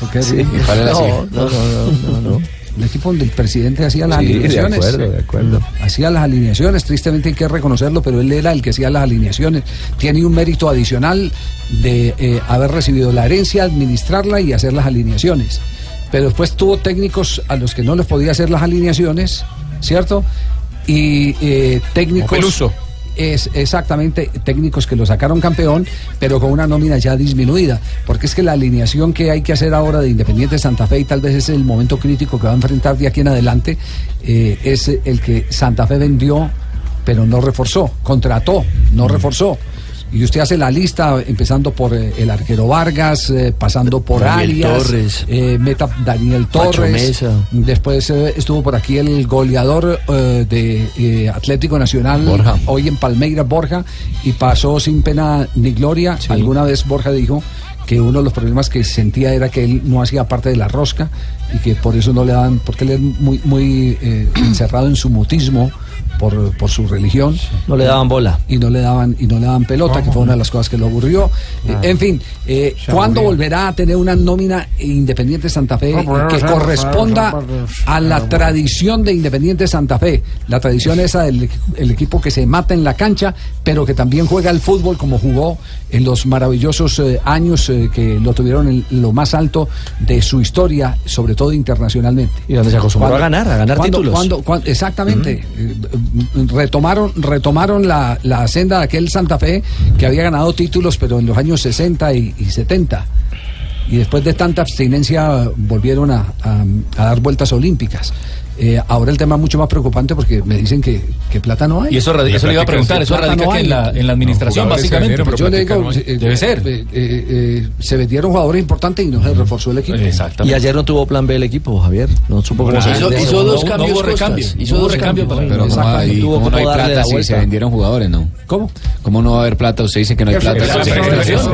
¿Por qué? Sí, ¿y cuál era así? no, no, no, no, no. El equipo donde el presidente hacía las Sí, de alineaciones. acuerdo, de acuerdo. Hacía las alineaciones, tristemente hay que reconocerlo, pero él era el que hacía las alineaciones. Tiene un mérito adicional de eh, haber recibido la herencia, administrarla y hacer las alineaciones. Pero después tuvo técnicos a los que no les podía hacer las alineaciones, ¿cierto? Y eh, técnicos. Peluso. es exactamente técnicos que lo sacaron campeón, pero con una nómina ya disminuida. Porque es que la alineación que hay que hacer ahora de Independiente Santa Fe, y tal vez es el momento crítico que va a enfrentar de aquí en adelante, eh, es el que Santa Fe vendió, pero no reforzó, contrató, Mm. no reforzó. Y usted hace la lista, empezando por eh, el arquero Vargas, eh, pasando por Daniel Arias, Torres. eh, Meta, Daniel Pacho Torres, Mesa. Después eh, estuvo por aquí el goleador eh, de eh, Atlético Nacional, Borja. hoy en Palmeiras, Borja, y pasó sin pena ni gloria. Alguna vez Borja dijo que uno de los problemas que sentía era que él no hacía parte de la rosca y que por eso no le daban, porque él es muy, muy eh, encerrado en su mutismo. Por, por su religión Eh, No le daban bola y no le daban y no le daban pelota que fue una de las cosas que lo aburrió Claro. Eh, en fin eh, Se ¿cuándo aburrió. volverá a tener una nómina independiente Santa Fe No, pero que no sé, corresponda no sé, no sé. a la Pero bueno. tradición de Independiente Santa Fe, la tradición esa del equ- el equipo que se mata en la cancha, pero que también juega al fútbol como jugó en los maravillosos eh, años eh, que lo tuvieron en lo más alto de su historia, sobre todo internacionalmente. Y donde se acostumbró a ¿Cuándo- ganar, a ganar cuándo- títulos. cuándo- cuándo- exactamente. Eh, Retomaron, retomaron la, la senda de aquel Santa Fe que había ganado títulos, pero en los años 60 y, y 70. Y después de tanta abstinencia volvieron a, a- a dar vueltas olímpicas. Eh, ahora el tema es mucho más preocupante porque me dicen que, que plata no hay. Y eso radi- eso le iba a preguntar, eso Plata radica no que en hay. la- en la administración, jugadores básicamente, se vendieron, yo pero le digo, plata que no hay. eh, Debe ser. eh, eh, eh, se vendieron jugadores importantes y no se reforzó el equipo. Y ayer no tuvo plan B el equipo, Javier. No supo cómo Ah, Hizo- salir de hizo esa. dos No, no cambios hubo costas. recambio, Hizo no hubo dos recambio cambios. para- Pero como Exactamente. hay, Tuvo cómo no cómo hay darle la plata si se vuelta. vendieron jugadores, ¿no? ¿Cómo? ¿Cómo no va a haber plata? Usted dice que no hay plata. Esa es Pero- la pero- pregunta. pero- Sí,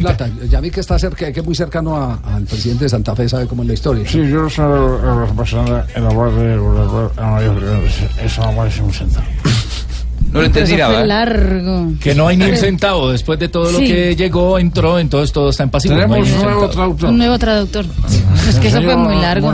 no hay plata. Ya vi que está cerca, que es muy cercano a- al presidente de Santa Fe, sabe cómo es la historia. Sí, yo soy el representante en la parte de Eso no parece un centavo. No le entendí Eso fue nada. ¿eh? largo. Que no hay ni un centavo. Después de todo lo Sí. que llegó, entró, entonces todo está en pasivo. no hay ni un centavo. Un nuevo traductor. Es que eso fue muy largo.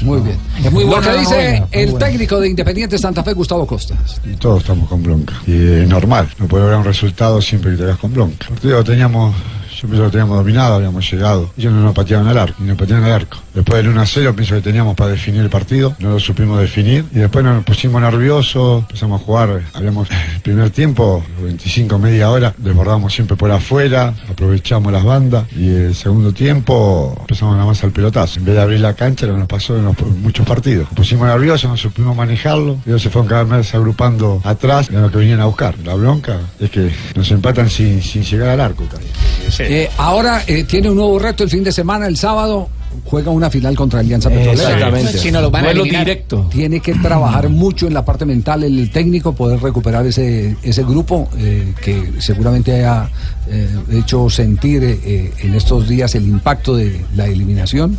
Muy bien. muy Lo buena que la dice novela, muy el buena. técnico de Independiente Santa Fe, Gustavo Costas. Y todos estamos con bronca. Y es normal, no puede haber un resultado siempre que te hagas con bronca. El partido lo teníamos, yo pienso que lo teníamos dominado, habíamos llegado. Ellos no nos pateaban al arco, ni nos pateaban al arco. Después del 1 a 0 pienso que teníamos para definir el partido, no lo supimos definir. Y después nos pusimos nerviosos, empezamos a jugar, habíamos el primer tiempo, 25, media hora, desbordamos siempre por afuera, aprovechamos las bandas. Y el segundo tiempo empezamos nada más al pelotazo. En vez de abrir la cancha, lo que nos pasó en los- en muchos partidos. Nos pusimos nerviosos, no supimos manejarlo. Ellos se fueron cada vez agrupando atrás, era lo que venían a buscar. La bronca es que nos empatan sin, sin llegar al arco. casi. Eh, ahora eh, tiene un nuevo reto el fin de semana, el sábado juega una final contra Alianza Petrolera. Exactamente. Si no lo van a Duelo eliminar. directo. Tiene que trabajar mucho en la parte mental el técnico, poder recuperar ese, ese grupo eh, que seguramente haya eh, hecho sentir eh, eh, en estos días el impacto de la eliminación.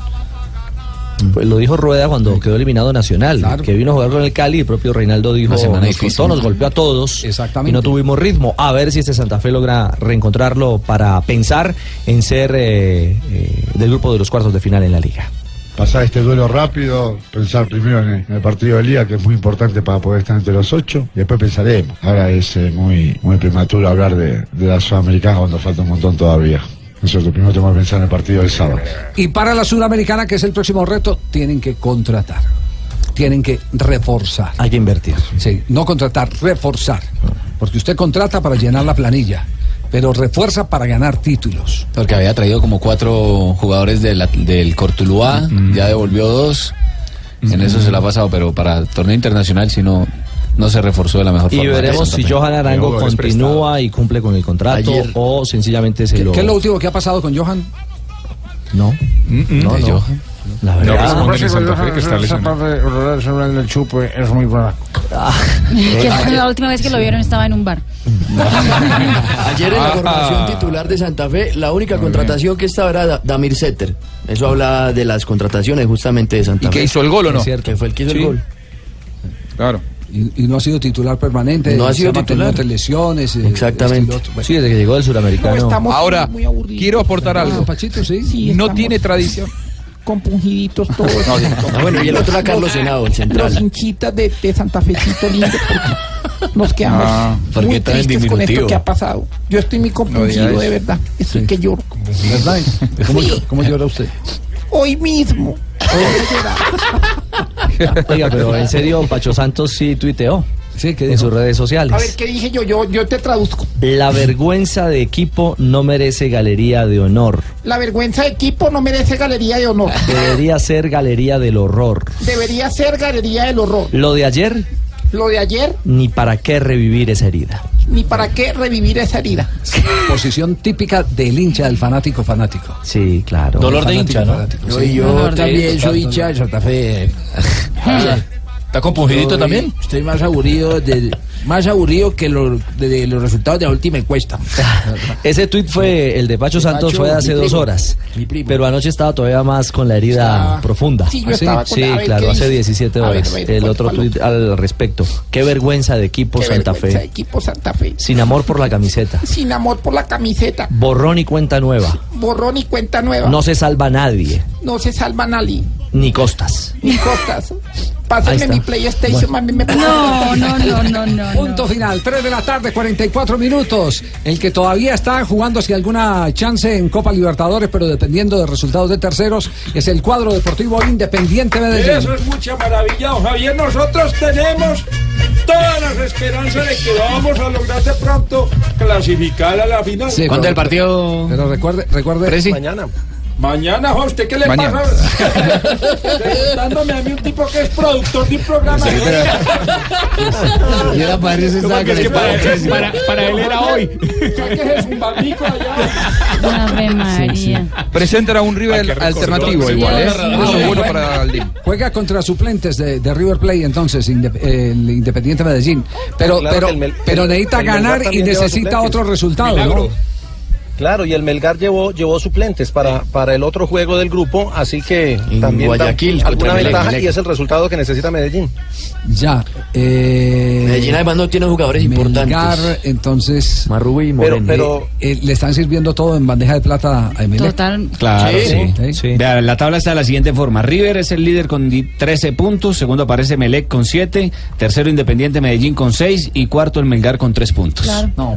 Pues lo dijo Rueda cuando quedó eliminado Nacional, que vino a jugar con el Cali, el propio Reinaldo dijo, Una semana nos difícil". costó, nos golpeó a todos y no tuvimos ritmo. A ver si este Santa Fe logra reencontrarlo para pensar en ser eh, eh, del grupo de los cuartos de final en la liga. pasar este duelo rápido, pensar primero en el, en el partido de liga, que es muy importante para poder estar entre los ocho, y después pensaremos. Ahora es eh, muy, muy prematuro hablar de, de la Sudamericana cuando falta un montón todavía. ¿No es cierto? Primero tenemos que pensar en el partido del sábado. Y para la Sudamericana, que es el próximo reto, tienen que contratar. Tienen que reforzar. Hay que invertir. Sí, no contratar, reforzar. Porque usted contrata para llenar la planilla, pero refuerza para ganar títulos. Porque había traído como cuatro jugadores del, at- del Cortuluá, ya devolvió dos. En eso se la ha pasado, pero para torneo internacional si no, no se reforzó de la mejor Y forma. veremos Santa si Fe. Johan Arango continúa y cumple con el contrato Ayer- o sencillamente se ¿Qué, lo... qué es lo último que ha pasado con Johan? No. de Johan. La No, Ah, verdad. responde Esa parte- esa parte de Aurora Samuel del Chupe es muy Ah. buena. Ah, Que la última vez que lo vieron estaba en un bar. Ayer en la Ah. formación titular de Santa Fe, la única contratación que estaba era Da- Damir Setter. Eso habla de las contrataciones justamente de Santa ¿Y Fe. que hizo el gol o no? Es cierto, que fue el que hizo Sí. el gol. Claro. Y, y no ha sido titular permanente. No ha se sido mantenido titular. entre lesiones. eh, este Exactamente. Sí, desde que llegó del suramericano. Ahora, quiero aportar algo. Pachito, sí. no tiene tradición. Compungiditos todos. No, sí, no. Ah, bueno, y el otro era Carlos Henao, el central. Los hinchitas de, de Santa Fecito lindo, porque nos quedamos Ah, ¿por qué muy tan en tristes con esto diminutivo? que ha pasado. Yo estoy muy compungido, diga de eso. verdad. Estoy que lloro. ¿Verdad? ¿Cómo, cómo llora usted? Hoy mismo. Oiga, pero en serio, Pacho Santos sí tuiteó. Sí, en sus redes sociales. A ver, ¿qué dije yo? Yo, yo te traduzco. La vergüenza de equipo no merece galería de honor. La vergüenza de equipo no merece galería de honor. Debería ser galería del horror. Debería ser galería del horror. Lo de ayer, Lo de ayer, ni para qué revivir esa herida. ni para qué revivir esa herida. Posición típica del hincha, del fanático fanático. Sí, claro. Dolor de hincha, ¿no? Yo- yo también soy hincha de Santa Fe. ¿Está compungidito también? Estoy más aburrido del, más aburrido que los de los resultados de la última encuesta. Ese tuit fue, el de Pacho De Santos Pacho, fue hace mi dos primo, horas. mi primo. Pero anoche estaba todavía más con la herida Estaba- profunda. ¿Ah, Sí, yo estaba con- Sí, a ver, ¿qué claro, hace dice? 17 A ver, horas. a ver, el ¿cuál- otro cuál tuit al respecto. Qué vergüenza de equipo Qué Santa vergüenza, Fe. Equipo Santa Fe. Sin amor por la camiseta. Sin amor por la camiseta. Borrón y cuenta nueva. Borrón y cuenta nueva. No se salva nadie. No se salva nadie. Ni costas. Ni costas. Ahí Pásenme está. mi PlayStation, mami. Me No, no, no, no, Punto final, 3 de la tarde, 44 minutos. El que todavía está jugando si alguna chance en Copa Libertadores, pero dependiendo de resultados de terceros, es el cuadro deportivo Independiente Medellín. Eso es mucha maravilla, don Javier. Nosotros tenemos todas las esperanzas de que vamos a lograr de pronto clasificar a la final. Sí, pero- Pero recuerde, recuerde. Mañana. Mañana, ¿a usted qué le Mañana. pasa? Dándome a mí un tipo que es productor de un programa. Y era para irse, estaba Porque es con que el para, pavo. para- para él era hoy. es un barbico allá? María. Presentan a Ah, un River alternativo igual, ¿eh? Eso es bueno para el DIM. Juega contra suplentes de, de River Plate entonces, inde- el Independiente Medellín. Pero, Claro pero, que el Mel- pero el- necesita el Melgar ganar y también lleva necesita suplentes. otro resultado, ¿no? Claro, y el Melgar llevó, llevó suplentes para, para el otro juego del grupo, así que también da Guayaquil contra alguna el ventaja Emelec. y es el resultado que necesita Medellín. Ya. Eh, Medellín además no tiene jugadores Melgar, importantes. entonces. Marrubi y Moreno. Pero, eh, le están sirviendo todo en bandeja de plata a Emelec. Total. Claro, Sí. sí. Sí. Vea, La tabla está de la siguiente forma. River es el líder con di- 13 puntos, segundo aparece Melec con 7, tercero Independiente Medellín con 6 y cuarto el Melgar con 3 puntos.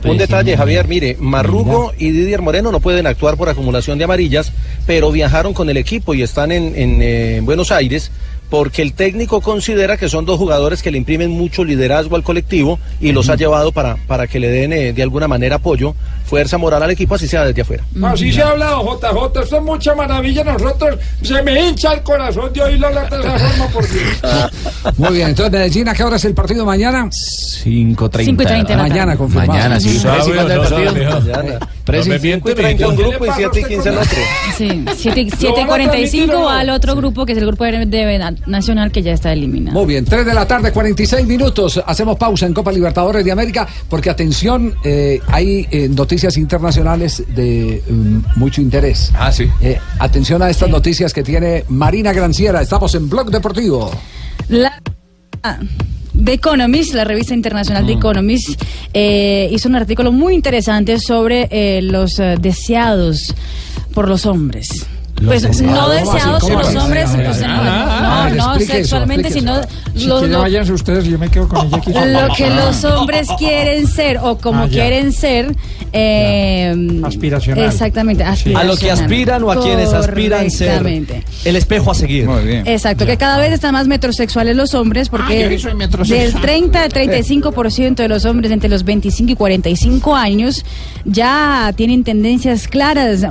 Un detalle, Javier, mire, Marrugo y Didier Moreno no pueden actuar por acumulación de amarillas, pero viajaron con el equipo y están en, en, eh, Buenos Aires porque el técnico considera que son dos jugadores que le imprimen mucho liderazgo al colectivo y los ha llevado para, para que le den eh, de alguna manera apoyo, fuerza moral al equipo, así sea desde afuera. Así se ha hablado, JJ. Esto es mucha maravilla. Nosotros se me hincha el corazón de oír la lata de esa forma por Dios. Muy bien, entonces Medellín, ¿a qué hora es el partido mañana? 5:30 de la tarde. Mañana, confirmado. Mañana, sí. Ujú. ¿Sabes cuándo es el partido? Tres y No me miente, cinco y treinta. mijito. Un grupo y siete y quince al otro. Sí, ¿Lo van a transmitir 7.45 o no? al otro grupo que es el grupo de, de na- Nacional que ya está eliminado. Muy bien, 3 de la tarde, 46 minutos. Hacemos pausa en Copa Libertadores de América porque, atención, eh, hay eh, noticias internacionales de mm, mucho interés. Ah, sí. Eh, atención a estas noticias que tiene Marina Granciera. Estamos en Blog Deportivo. La ah, The Economist, la revista internacional Mm. The Economist, eh, hizo un artículo muy interesante sobre eh, los eh, deseados por los hombres. Pues no deseados? deseados ¿Cómo por los así? hombres, ¿Cómo así? pues, Ah, ah, ah, no, no explique eso, sexualmente, explique sino eso. Si los- quieren, los- váyanse ustedes, yo me quedo con ella aquí. lo que los hombres quieren ser o como Ah, ya. quieren ser. eh, Aspiracional. Exactamente, A lo que aspiran o a quienes aspiran ser. Correctamente. El espejo a seguir. Muy bien. Exacto, que cada vez están más metrosexuales los hombres porque Ah, yo soy metrosexual. del 30 al 35% de los hombres entre los 25 y 45 años ya tienen tendencias claras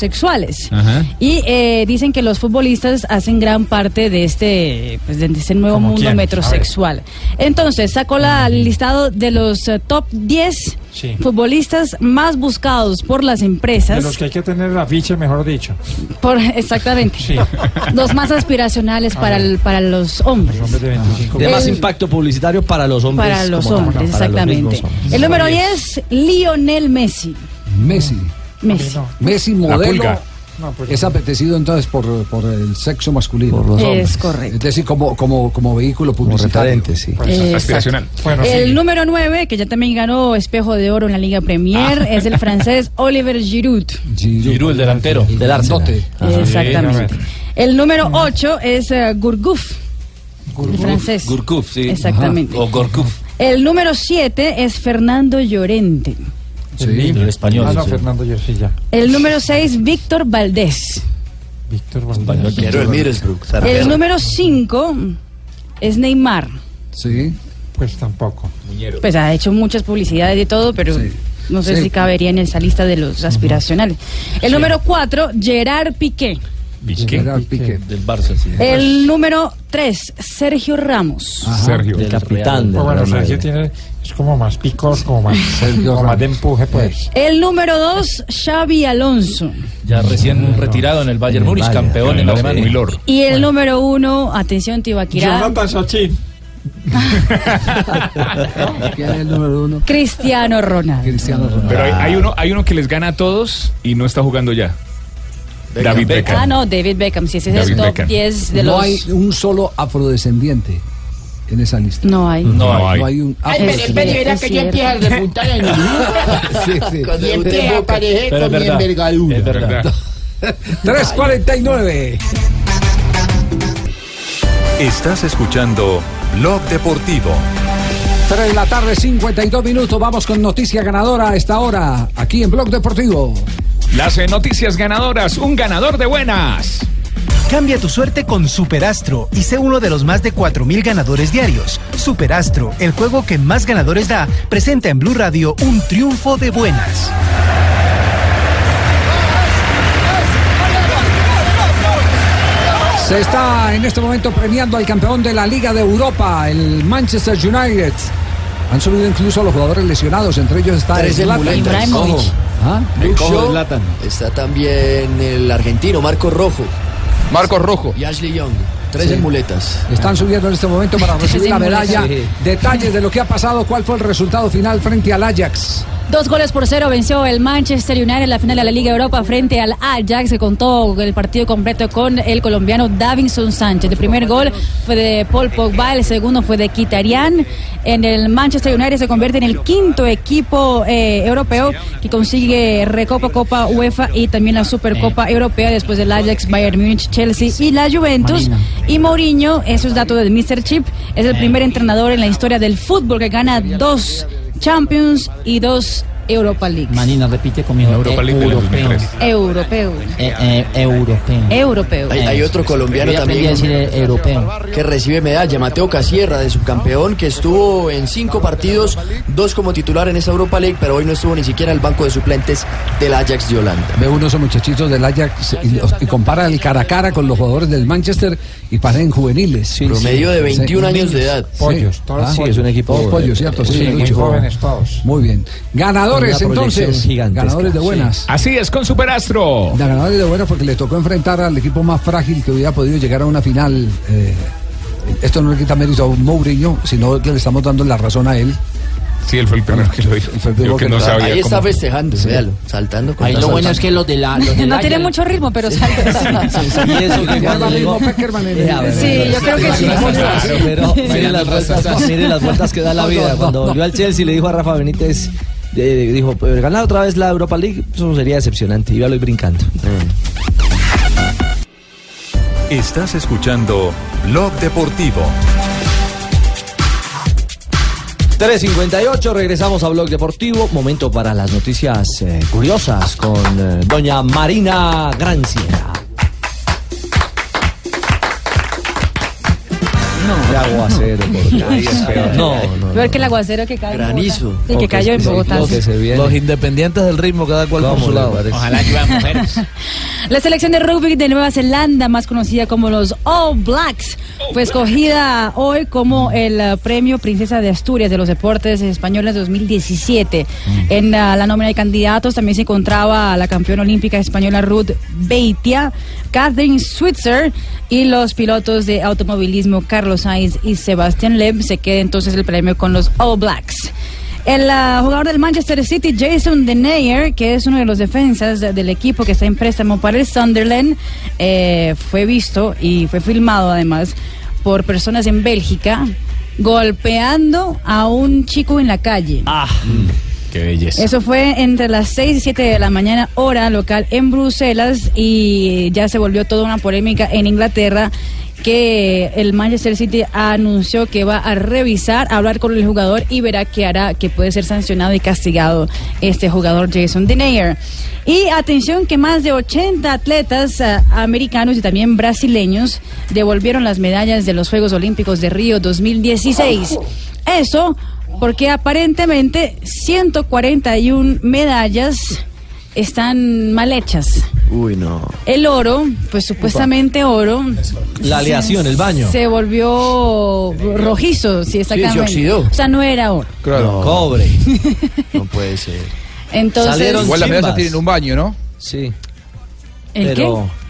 metrosexuales. Ajá. Y eh, dicen que los futbolistas hacen gran parte de este, pues, de este nuevo ¿Como mundo quiénes? metrosexual. Entonces, sacó la el listado de los eh, top 10 Mm. Sí. futbolistas más buscados por las De empresas. los que hay que tener la ficha, mejor dicho. Por, exactamente. Los más aspiracionales para, el- para los hombres. De más El- impacto publicitario para los hombres. para los como tal, hombres, para los mismos exactamente. hombres. el número 10, Lionel Messi. Messi. Messi. Messi La modelo. pulga. Es apetecido entonces por, por el sexo masculino. los pues Es hombres. correcto. Pues, Es decir, como, como, como vehículo publicitario. sí. Exacto. aspiracional. el número 9, que ya también ganó Espejo de Oro en la Liga Ah. Premier, es el francés Oliver Giroud. Giroud, el delantero. Del Arsenal. Ajá. Exactamente. El número Mm. 8 es eh, Gourcuff, el francés. Gurkuf, sí. Exactamente. O Gorkuf. El número 7 es Fernando Llorente. Sí, el español, Ah, no, sí. Fernando, yo sí, ya. El número 6, Víctor Valdés. Víctor Valdés. Quiero el Middlesbrough. El número 5 es Neymar. Sí. Pues tampoco. Pues ha hecho muchas publicidades y todo, pero no sé Sí. si cabería en esa lista de los aspiracionales. El número 4, Gerard Piqué. Gerard Piqué. Del Barça, sí. El número 3, Sergio Ramos. Sergio. El Pues capitán del bueno, Real Sergio Madrid. tiene, es como más picos, como más, Sergio como más de Ramos. empuje, pues. El número 2, Xavi Alonso. Ya recién retirado en el Bayern Múnich, campeón en Alemania. Y el número 1, atención Tibaquirá, Jonathan Sachin. ¿Quién es el número uno? Cristiano Ronaldo. Cristiano Pero hay, hay uno, hay uno que les gana a todos y no está jugando ya. David Beckham. Ah, no, David Beckham, si ese es David el top Beckham. 10 de no los... hay un solo afrodescendiente en esa lista. No hay. No, No hay. hay. un Ay, pero espere, verá Es que yo cierto. empiezo a repuntar en el mundo. Sí, sí. Y empiezo a aparecer Pero es con mi verdad. envergadura. Es verdad. 349. Estás escuchando Blog Deportivo. 3 de la tarde, 52 minutos. Vamos con noticia ganadora a esta hora, aquí en Blog Deportivo. Las eh, noticias ganadoras, un ganador de buenas. Cambia tu suerte con Superastro y sé uno de los más de 4.000 ganadores diarios. Superastro, el juego que más ganadores da, presenta en Blue Radio un triunfo de buenas. Se está en este momento premiando al campeón de la Liga de Europa, el Manchester United. Han subido incluso a los jugadores lesionados, entre ellos está Tres Zlatan. muletas. Ojo. ¿Ah? El cojo de Zlatan. Está también el argentino Marco Rojo. Marco Rojo. Y Ashley Young. Tres Sí. en muletas. Están subiendo en este momento para recibir la medalla. Detalles de lo que ha pasado, cuál fue el resultado final frente al Ajax. Dos goles por cero venció el Manchester United en la final de la Liga Europa frente al Ajax. Se contó el partido completo con el colombiano Davinson Sánchez. El primer gol fue de Paul Pogba, el segundo fue de Kitarian. En el Manchester United se convierte en el quinto equipo eh, europeo que consigue Recopa, Copa UEFA y también la Supercopa Europea después del Ajax, Bayern Múnich, Chelsea y la Juventus. Y Mourinho, eso es dato del Mr. Chip, es el primer entrenador en la historia del fútbol que gana dos Champions y dos Europa League. Manina, repite conmigo. Europa League del europeo. 2003. Europeo. Eh, eh, europeo. Europeo. Hay, hay otro colombiano Eh, pues, Yo ya también. aprendí a decir, eh, europeo. Que recibe medalla, Mateo Casierra, de subcampeón, que estuvo en cinco partidos, dos como titular en esa Europa League, pero hoy no estuvo ni siquiera en el banco de suplentes del Ajax de Holanda. Ve uno de esos muchachitos del Ajax y, los- y compara el cara a cara con los jugadores del Manchester y parecen juveniles. Promedio de 21 Sí. años de edad. Pollos, todos Ah, sí, pollos. es un equipo, Todos pollos, eh, ¿cierto? eh, Sí, sí, muy Lucho. jóvenes todos. Muy bien. Una Ganadores, proyección entonces. gigantesca, Ganadores de buenas. Así es, con Superastro. La ganadora de buena porque le tocó enfrentar al equipo más frágil que hubiera podido llegar a una final. eh, esto no le quita mérito a un Mourinho, sino que le estamos dando la razón a él. Sí, él fue el primero que lo dijo. Yo que no sabía Ahí está cómo- festejando, véalo, saltando. con Ahí la lo bueno salsa. es que los de la. Los del No tiene Ajax- mucho ritmo, pero salta. Y eso que cuando llegó- eh, Sí, yo creo que sí. Pero mire las vueltas, mire las vueltas que da la vida. Cuando volvió al Chelsea le dijo a Rafa Benítez, eh, dijo, "Pero ganar otra vez la Europa League, eso sería decepcionante. Y lo brincando. Estás escuchando Blog Deportivo. 3.58, regresamos a Blog Deportivo. Momento para las noticias eh, curiosas con eh, doña Marina Granciera. No, aguacero, por Dios. Ahí es peor. No, Peor que el aguacero que cae. en Bogotá. Granizo. Sí, que cayó en Bogotá. sí. Los independientes del ritmo, cada cual por su lado. Ojalá que mujeres. La selección de rugby de Nueva Zelanda, más conocida como los All Blacks, fue escogida hoy como el eh, premio Princesa de Asturias de los Deportes Españoles 2017. En ah, la nómina de candidatos también se encontraba la campeona olímpica española Ruth Beitia, Catherine Switzer y los pilotos de automovilismo Carlos Sainz y Sebastián Leb. Se queda entonces el premio con los All Blacks. El ah, jugador del Manchester City, Jason Denayer, que es uno de los defensas de- del equipo que está en préstamo para el Sunderland, eh, fue visto y fue filmado además por personas en Bélgica golpeando a un chico en la calle. Ah, Qué belleza. Eso fue entre las 6 y 7 de la mañana, hora local en Bruselas, y ya se volvió toda una polémica en Inglaterra. que el Manchester City anunció que va a revisar, a hablar con el jugador y verá que hará que puede ser sancionado y castigado este jugador Jason Denayer. Y atención que más de 80 atletas ah, americanos y también brasileños devolvieron las medallas de los Juegos Olímpicos de Río 2016. Eso porque aparentemente 141 medallas están mal hechas. Uy, no. El oro, pues supuestamente oro. La aleación, el baño. Se volvió rojizo, si exactamente. oxidó. O sea, no era oro. Claro. No. Cobre. No puede ser. Entonces, Igual las medallas tienen un baño, ¿no? Sí. ¿el pero- qué?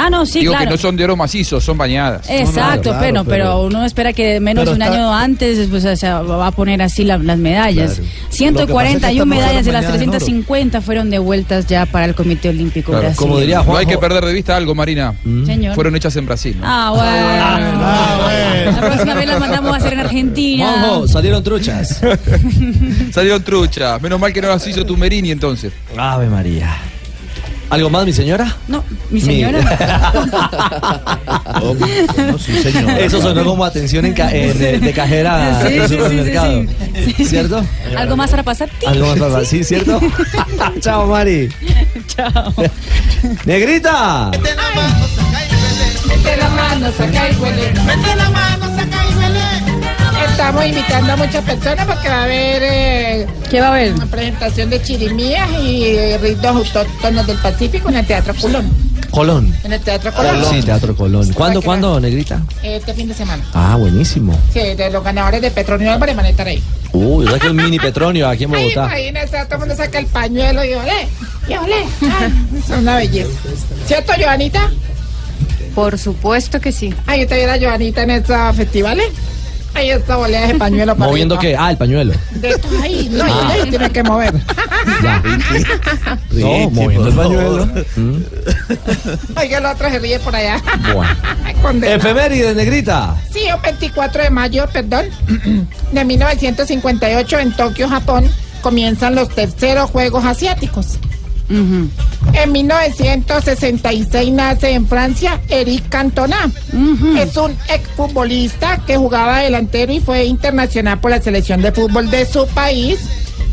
Ah, no, sí, Digo claro. que no son de oro macizo, son bañadas. Exacto, No, no, pero, claro, pero uno espera que menos de Pero un está- año antes pues, o sea, va a poner así la- las medallas. Claro. Lo que pasa es que 141 estamos medallas de las hablando mañana en oro. 350 fueron devueltas ya para el Comité Olímpico Claro, Brasil. No hay que perder de vista algo, Marina. Mm. Señor. Fueron hechas en Brasil. ¿no? Ah, bueno. La próxima vez las mandamos a hacer en Argentina. salieron truchas. salieron truchas. Menos mal que no las hizo Tumerini entonces. Ave María. ¿Algo más, mi señora? No, mi señora. Eso sonó como atención en ca- eh, de, de cajera Sí, de sí, sí, sí, supermercado. ¿Cierto? ¿Algo más para pasar? Algo más para sí, ¿cierto? Chao, Mari. Chao. Negrita. Mete la mano, saca y huele. Mete la mano, saca y huele. Estamos invitando a muchas personas porque va a haber. eh, ¿Qué va a haber? Una presentación de chirimías y eh, ritmos autóctonos del Pacífico en el Teatro Colón. Colón. En el Teatro Colón. Sí, Teatro Colón. ¿Cuándo, cuándo, Negrita? Este fin de semana. Ah, buenísimo. Sí, de los ganadores de Petronio Álvarez van a estar ahí. Uy, ¿verdad que el mini Petronio aquí en Ahí, Bogotá? imagínate, todo el mundo saca el pañuelo y olé, y olé. Ay, Es una belleza. ¿Cierto, Joanita? Por supuesto que sí. Ahí te viera Joanita en ¿eh? estos festivales. Ahí está volea de pañuelo para ¿Moviendo arriba. qué? Ah, el pañuelo. De estos ahí, no, Ah. ahí tiene que mover. No, moviendo el pañuelo. Mm. Oiga, el otro se ríe por allá. Con de- Mm. Efemérides, Negrita. Sí, el 24 de mayo, perdón, de 1958 en Tokio, Japón, comienzan los terceros Juegos Asiáticos. En 1966 nace en Francia Eric Cantona. Es un exfutbolista que jugaba delantero y fue internacional por la selección de fútbol de su país,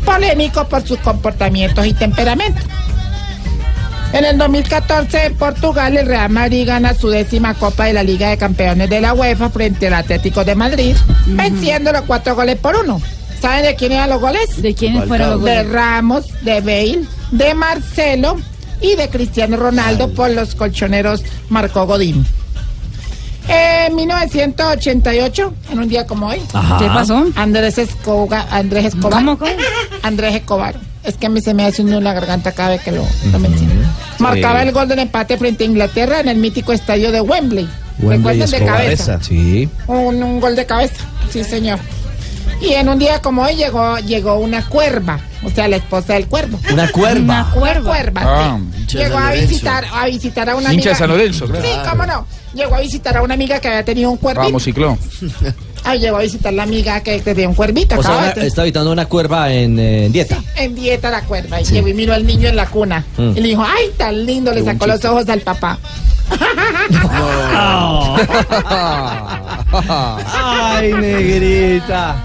polémico por sus comportamientos y temperamento. En el 2014 en Portugal el Real Madrid gana su décima Copa de la Liga de Campeones de la UEFA frente al Atlético de Madrid, venciendo los cuatro goles por uno. ¿Saben de quién eran los goles? ¿De quiénes fueron los goles? De Ramos, de Bale, de Marcelo y de Cristiano Ronaldo por los colchoneros Marco Godín. En 1988, en un día como hoy, Ajá. ¿Qué pasó? Andrés Escobar, Andrés Escobar, ¿Cómo, cómo? Andrés Escobar. Es que a mí se me hace un nudo en la garganta cada vez que lo, lo menciono. Marcaba el gol del empate frente a Inglaterra en el mítico estadio de Wembley. Wembley Recuerden de Escobar. cabeza. Sí. Un, un gol de cabeza, sí señor. Y en un día como hoy llegó, llegó una cuerva, o sea, la esposa del cuervo. Una cuerva. Cuerva, cuerva Ah, sí. hincha de Llegó San a Lorenzo. visitar, a visitar a Hincha una amiga. de San Lorenzo, claro. Sí, cómo no. Llegó a visitar a una amiga que había tenido un cuervito. Vamos, ciclón. Ay, llegó a visitar la amiga que tenía un cuervito. O sea, acaba una- de tener- está habitando una cuerva en eh, dieta. en dieta la cuerda. Y llegó y miró al niño en la cuna. Mm. Y le dijo, ay, tan lindo, le sacó los ojos al papá. Ay, Negrita.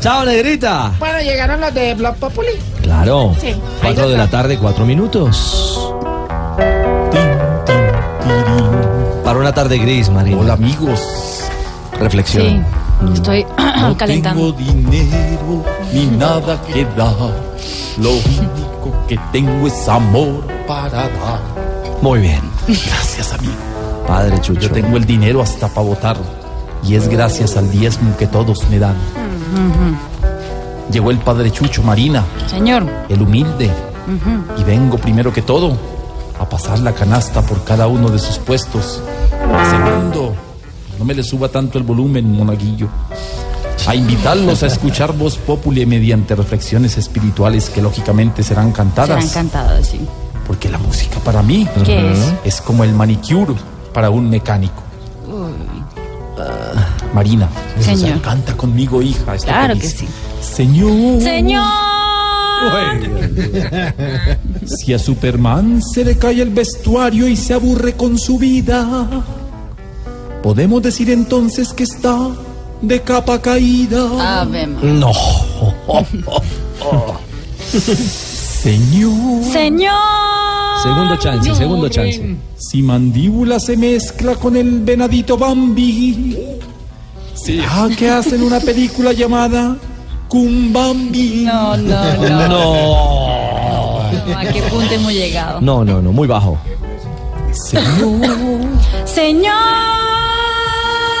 Chao, Negrita. Bueno, llegaron los de Block Populi. Claro. Sí. Cuatro de la tarde, cuatro minutos. Para una tarde gris, Marina. Hola, amigos. Reflexión. Sí, estoy ah, No calentando. tengo dinero ni nada que dar. Lo único que tengo es amor para dar. Muy bien. Gracias, amigo. Padre Chucho. Yo tengo el dinero hasta para votarlo. Y es gracias al diezmo que todos me dan. Llegó el padre Chucho Marina, Señor. el humilde. Ujú. Y vengo primero que todo a pasar la canasta por cada uno de sus puestos. Segundo, no me le suba tanto el volumen, monaguillo. A invitarlos a escuchar voz populi mediante reflexiones espirituales que lógicamente serán Será cantadas. encantado, sí. porque la música para mí ¿Qué Ujú. es? como el manicure para un mecánico. Uy, Ah, Marina, o Señor. sea, canta conmigo, hija. estoy Claro feliz. que sí. Señor. Señor. Si a Superman se le cae el vestuario y se aburre con su vida, Podemos decir entonces que está de capa caída. No. Señor. Señor. Segundo chance, segundo chance. Si mandíbula se mezcla con el venadito Bambi, ¿será que hacen una película llamada Cumbambi? No, no, no. ¿A qué punto hemos llegado? No, no, no, muy bajo. Señor.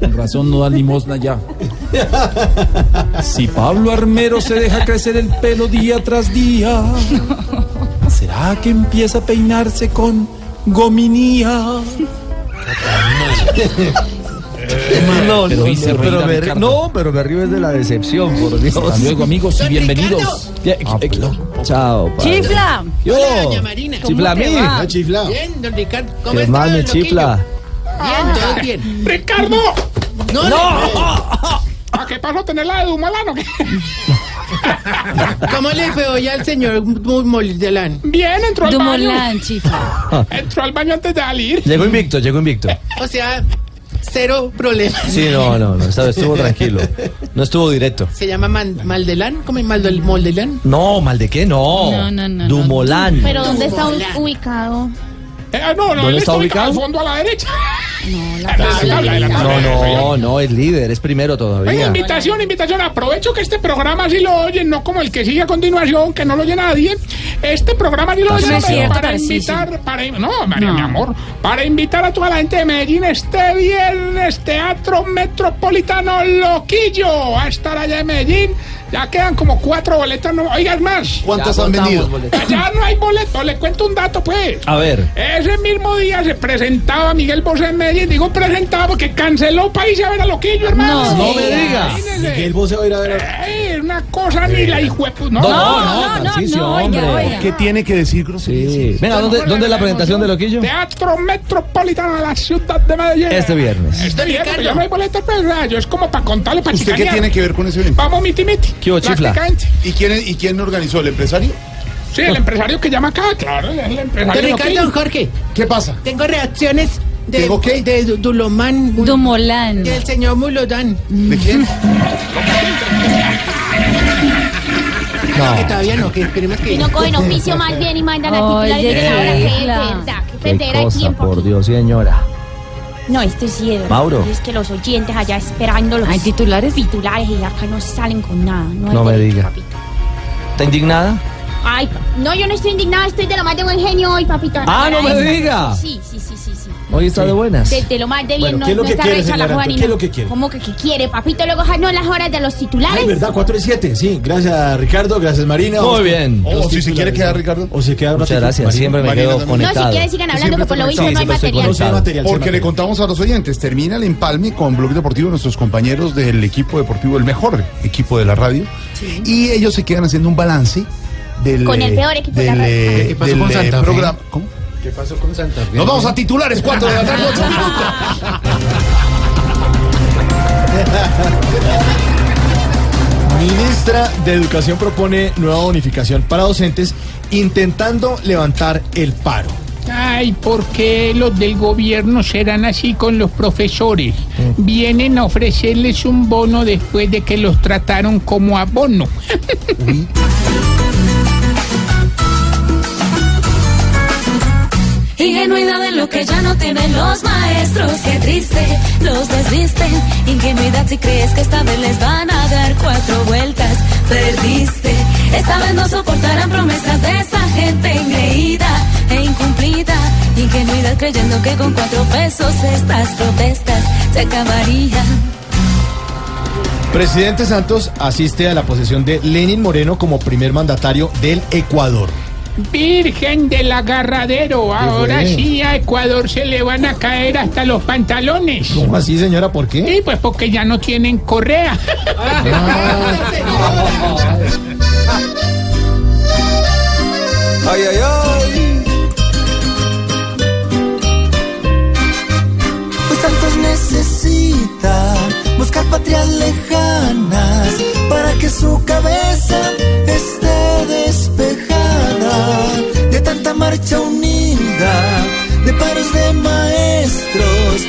Con razón no dan limosna ya. Si Pablo Armero se deja crecer el pelo día tras día, ¿será que empieza a peinarse con gominía? No, Pero no, hice no, reír pero a me, Ricardo. no, pero me río es de la decepción, por Dios. Hasta luego, amigos, y Don bienvenidos. Ricardo. Ya, eh, Chao, padre. Chifla. Yo. Hola, doña Marina. ¿Cómo Chifla a te mí. va? Ah, chifla. Bien, don Ricardo. ¿Cómo Que está, más me don Loquillo? chifla. Bien, todo bien. ¡Ricardo! ¡No! ¿A qué paso tener la de Dumalano? ¿Cómo le fue hoy al señor Mo- Moldelán? Bien, entró al Dumolán, baño. Entró al baño antes de salir. Llegó invicto, llegó invicto. O sea, cero problemas. Sí, no, no, no, esta vez estuvo tranquilo. No estuvo directo. ¿Se llama Man- Maldelán? ¿Cómo es Maldel- Moldelán? No, mal de qué, no. No, no, no, no. Dumolán. Pero ¿dónde está un- ubicado? Eh, no, no, ¿Dónde él está ubicado? Al fondo a la derecha. No, la No, no, no, es líder, es primero Oiga, todavía. invitación, invitación. Aprovecho que este programa sí lo oyen, no como el que sigue a continuación, que no lo oye nadie. Este programa sí lo No oyen es pero cierto, para Tarcisio. invitar, para in- no, María, No. mi amor, para invitar a toda la gente de Medellín este viernes Teatro Metropolitano Loquillo a estar allá en Medellín. Ya quedan como cuatro boletas, no, oigan más. ¿Cuántas Ya han agotamos vendido? boletas. Ya no hay boletos. Le cuento un dato, pues. A ver. Ese mismo día se presentaba Miguel Bosé en Medellín. Digo presentaba porque canceló país a ver a Loquillo, hermano. No me diga. Miguel Bosé va a ir a ver a- Ey, una cosa ni la hijuepu... No, ¿Qué tiene que decir Groserías? Venga, ¿dónde, dónde es la presentación de Loquillo? Teatro Metropolitano de la ciudad de Medellín. Este viernes. Este viernes, pero ya no hay boletos, pues, rayo, es como para contarle, para ¿Usted qué tiene que ver con ese evento? Vamos, miti miti. ¿Qué hubo, chifla? Prácticamente. ¿Y quién, ¿Y quién organizó? ¿El empresario? Sí, el empresario que llama acá, claro, el empresario. Don Ricardo, don Jorge. ¿Qué pasa? Tengo reacciones de, de Du- Dulomán. Dumolán. Del señor Mulodán. ¿De quién? No, que todavía no, que esperemos que... Y no cogen oficio más bien y mandan a titulares Oye, de la hora. Qué Isla. verdad, qué Qué perder el cosa, tiempo. por Dios, señora. No, esto sí es verdad. Mauro. Es que los oyentes allá esperando los... ¿Hay titulares? Titulares y acá no salen con nada. No, No hay me derecho, diga. papito. ¿Está indignada? Ay, no, yo no estoy indignada, estoy de lo más de buen genio hoy, papito. Ah, no me Agradezco. diga. Sí, sí, sí, sí, sí. Hoy está de buenas. De, de lo más de bien, Bueno, no, ¿qué es lo no que está quiere, recha la señora? joda ni ¿Qué es nada. lo que quiere? ¿Cómo que, que quiere, papito? Luego ah, no las horas de los titulares. Ay, ¿verdad? 4 y 7, sí. Gracias, Ricardo. Gracias, Marina. Muy Oscar. bien. O Oh, si se quiere quedar, Ricardo. O se queda un Muchas ratico. gracias, siempre me quedo también. conectado. No, si quiere, sigan hablando, Siempre que por lo está visto no hay conectado. material. No, sí hay material, sí hay Porque Porque le le contamos a los oyentes, termina el empalme con Blog Deportivo, nuestros compañeros del equipo deportivo, el mejor equipo de la radio. Y ellos se quedan haciendo un balance del. Con el eh, peor equipo de la del, radio. eh, ¿Qué pasó del, con eh, Santa Fe? programa. ¿Cómo? ¿Qué pasó con Santa Nos vamos a titulares, 4 de la tarde, 8 Ministra de Educación propone nueva bonificación para docentes intentando levantar el paro. Ay, ¿por qué los del gobierno serán así con los profesores? Mm. Vienen a ofrecerles un bono después de que los trataron como abono. Ingenuidad en lo que ya no tienen los maestros. Qué triste, los desvisten. Ingenuidad si crees que esta vez les van a dar cuatro vueltas. Perdiste. Esta vez no soportarán promesas de esa gente engreída e incumplida. Ingenuidad creyendo que con cuatro pesos estas protestas se acabarían. Presidente Santos asiste a la posesión de Lenin Moreno como primer mandatario del Ecuador. Virgen del agarradero, ahora fue? sí a Ecuador se le van a caer hasta los pantalones. ¿Cómo así, señora? ¿Por qué? Ah. Sí, pues porque ya no tienen correa. Ay, ay, ay. Pues Santos necesita buscar patrias lejanas para que su cabeza esté despejada de tanta marcha unida, de paros de maestros.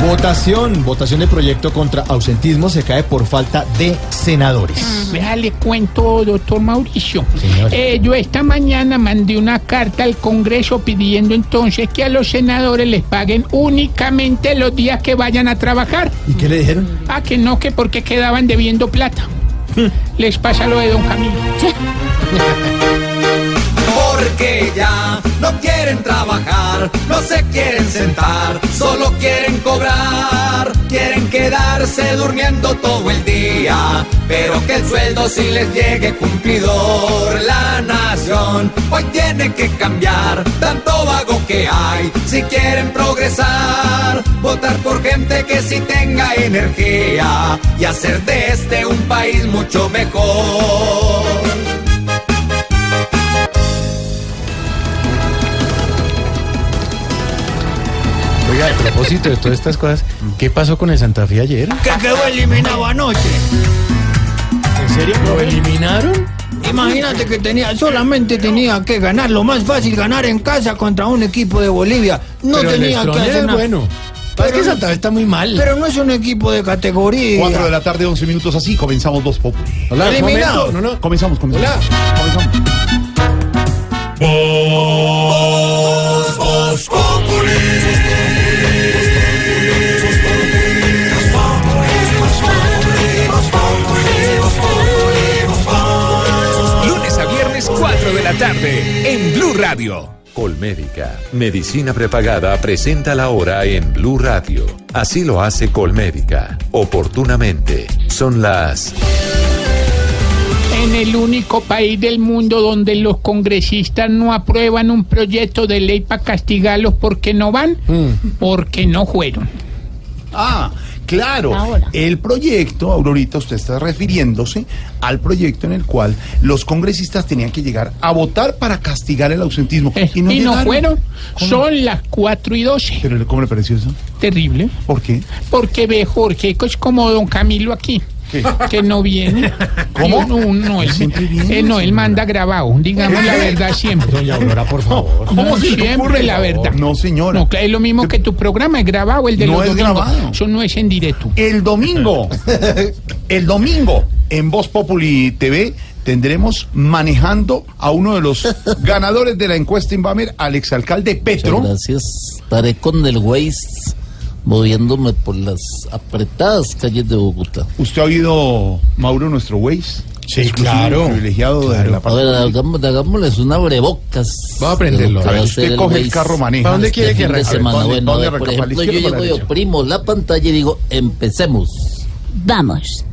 Votación, votación de proyecto contra ausentismo se cae por falta de senadores. Déjale cuento, doctor Mauricio. Señor. Eh, yo esta mañana mandé una carta al Congreso pidiendo entonces que a los senadores les paguen únicamente los días que vayan a trabajar. ¿Y qué le dijeron? Ah, que no, que porque quedaban debiendo plata. Les pasa lo de don Camilo. Porque ya no quieren trabajar, no se quieren sentar, solo quieren cobrar. Quieren quedarse durmiendo todo el día, pero que el sueldo si les llegue cumplidor. La nación hoy tiene que cambiar, tanto vago que hay, si quieren progresar. Votar por gente que sí tenga energía y hacer de este un país mucho mejor. Oiga, a propósito de todas estas cosas, ¿qué pasó con el Santa Fe ayer? que quedó eliminado anoche. ¿En serio? ¿Lo eliminaron? Imagínate que tenía, solamente tenía que ganar, lo más fácil, ganar en casa contra un equipo de Bolivia. No Pero el tenía que Strongest hacer es nada. bueno. es que Santa Fe está muy mal. Pero no es un equipo de categoría. 4 de la tarde, 11 minutos, así comenzamos Voz Populi. Hola, Un Eliminado. momento, No, no, comenzamos, comenzamos. Voz, voz populi. Lunes a viernes 4 de la tarde en Blue Radio. Colmédica, medicina prepagada, presenta la hora en Blue Radio. Así lo hace Colmédica, oportunamente. Son las En el único país del mundo donde los congresistas no aprueban un proyecto de ley para castigarlos porque no van, Mm. porque no fueron. Ah, claro. El proyecto, Aurorita, usted está refiriéndose al proyecto en el cual los congresistas tenían que llegar a votar para castigar el ausentismo. Eh, y no, y no llegaron. fueron. ¿Cómo? Son las 4 y 12. ¿Pero cómo le pareció eso? Terrible. ¿Por qué? Porque ve Jorge, que es como don Camilo aquí. Que no viene. ¿Cómo? No, no, él, eh, no, él manda grabado. Digamos la verdad siempre. Doña Aurora, por favor. No, siempre la verdad. No, señora. No, es lo mismo que tu programa, es grabado el de No los es domingos. grabado. Eso no es en directo. El domingo, el domingo, en Voz Populi TV, tendremos manejando a uno de los ganadores de la encuesta Invamer, al exalcalde Petro. Gracias. Estaré con el Waze moviéndome por las apretadas calles de Bogotá. ¿Usted ha oído, Mauro, nuestro Waze? Sí, claro. Privilegiado de la A parte. ver, hagámosle, hagámosles una brebocas. Va a de lo aprenderlo. que A ver, va usted hacer coge el Waze carro, maneja. ¿Para dónde este quiere que fin de arranque? A ver, semana? ¿para dónde- Bueno, a dónde ver, por arranca? ¿Para la ejemplo, yo izquierda o llego para y la derecha? oprimo la pantalla y digo, empecemos. Vamos.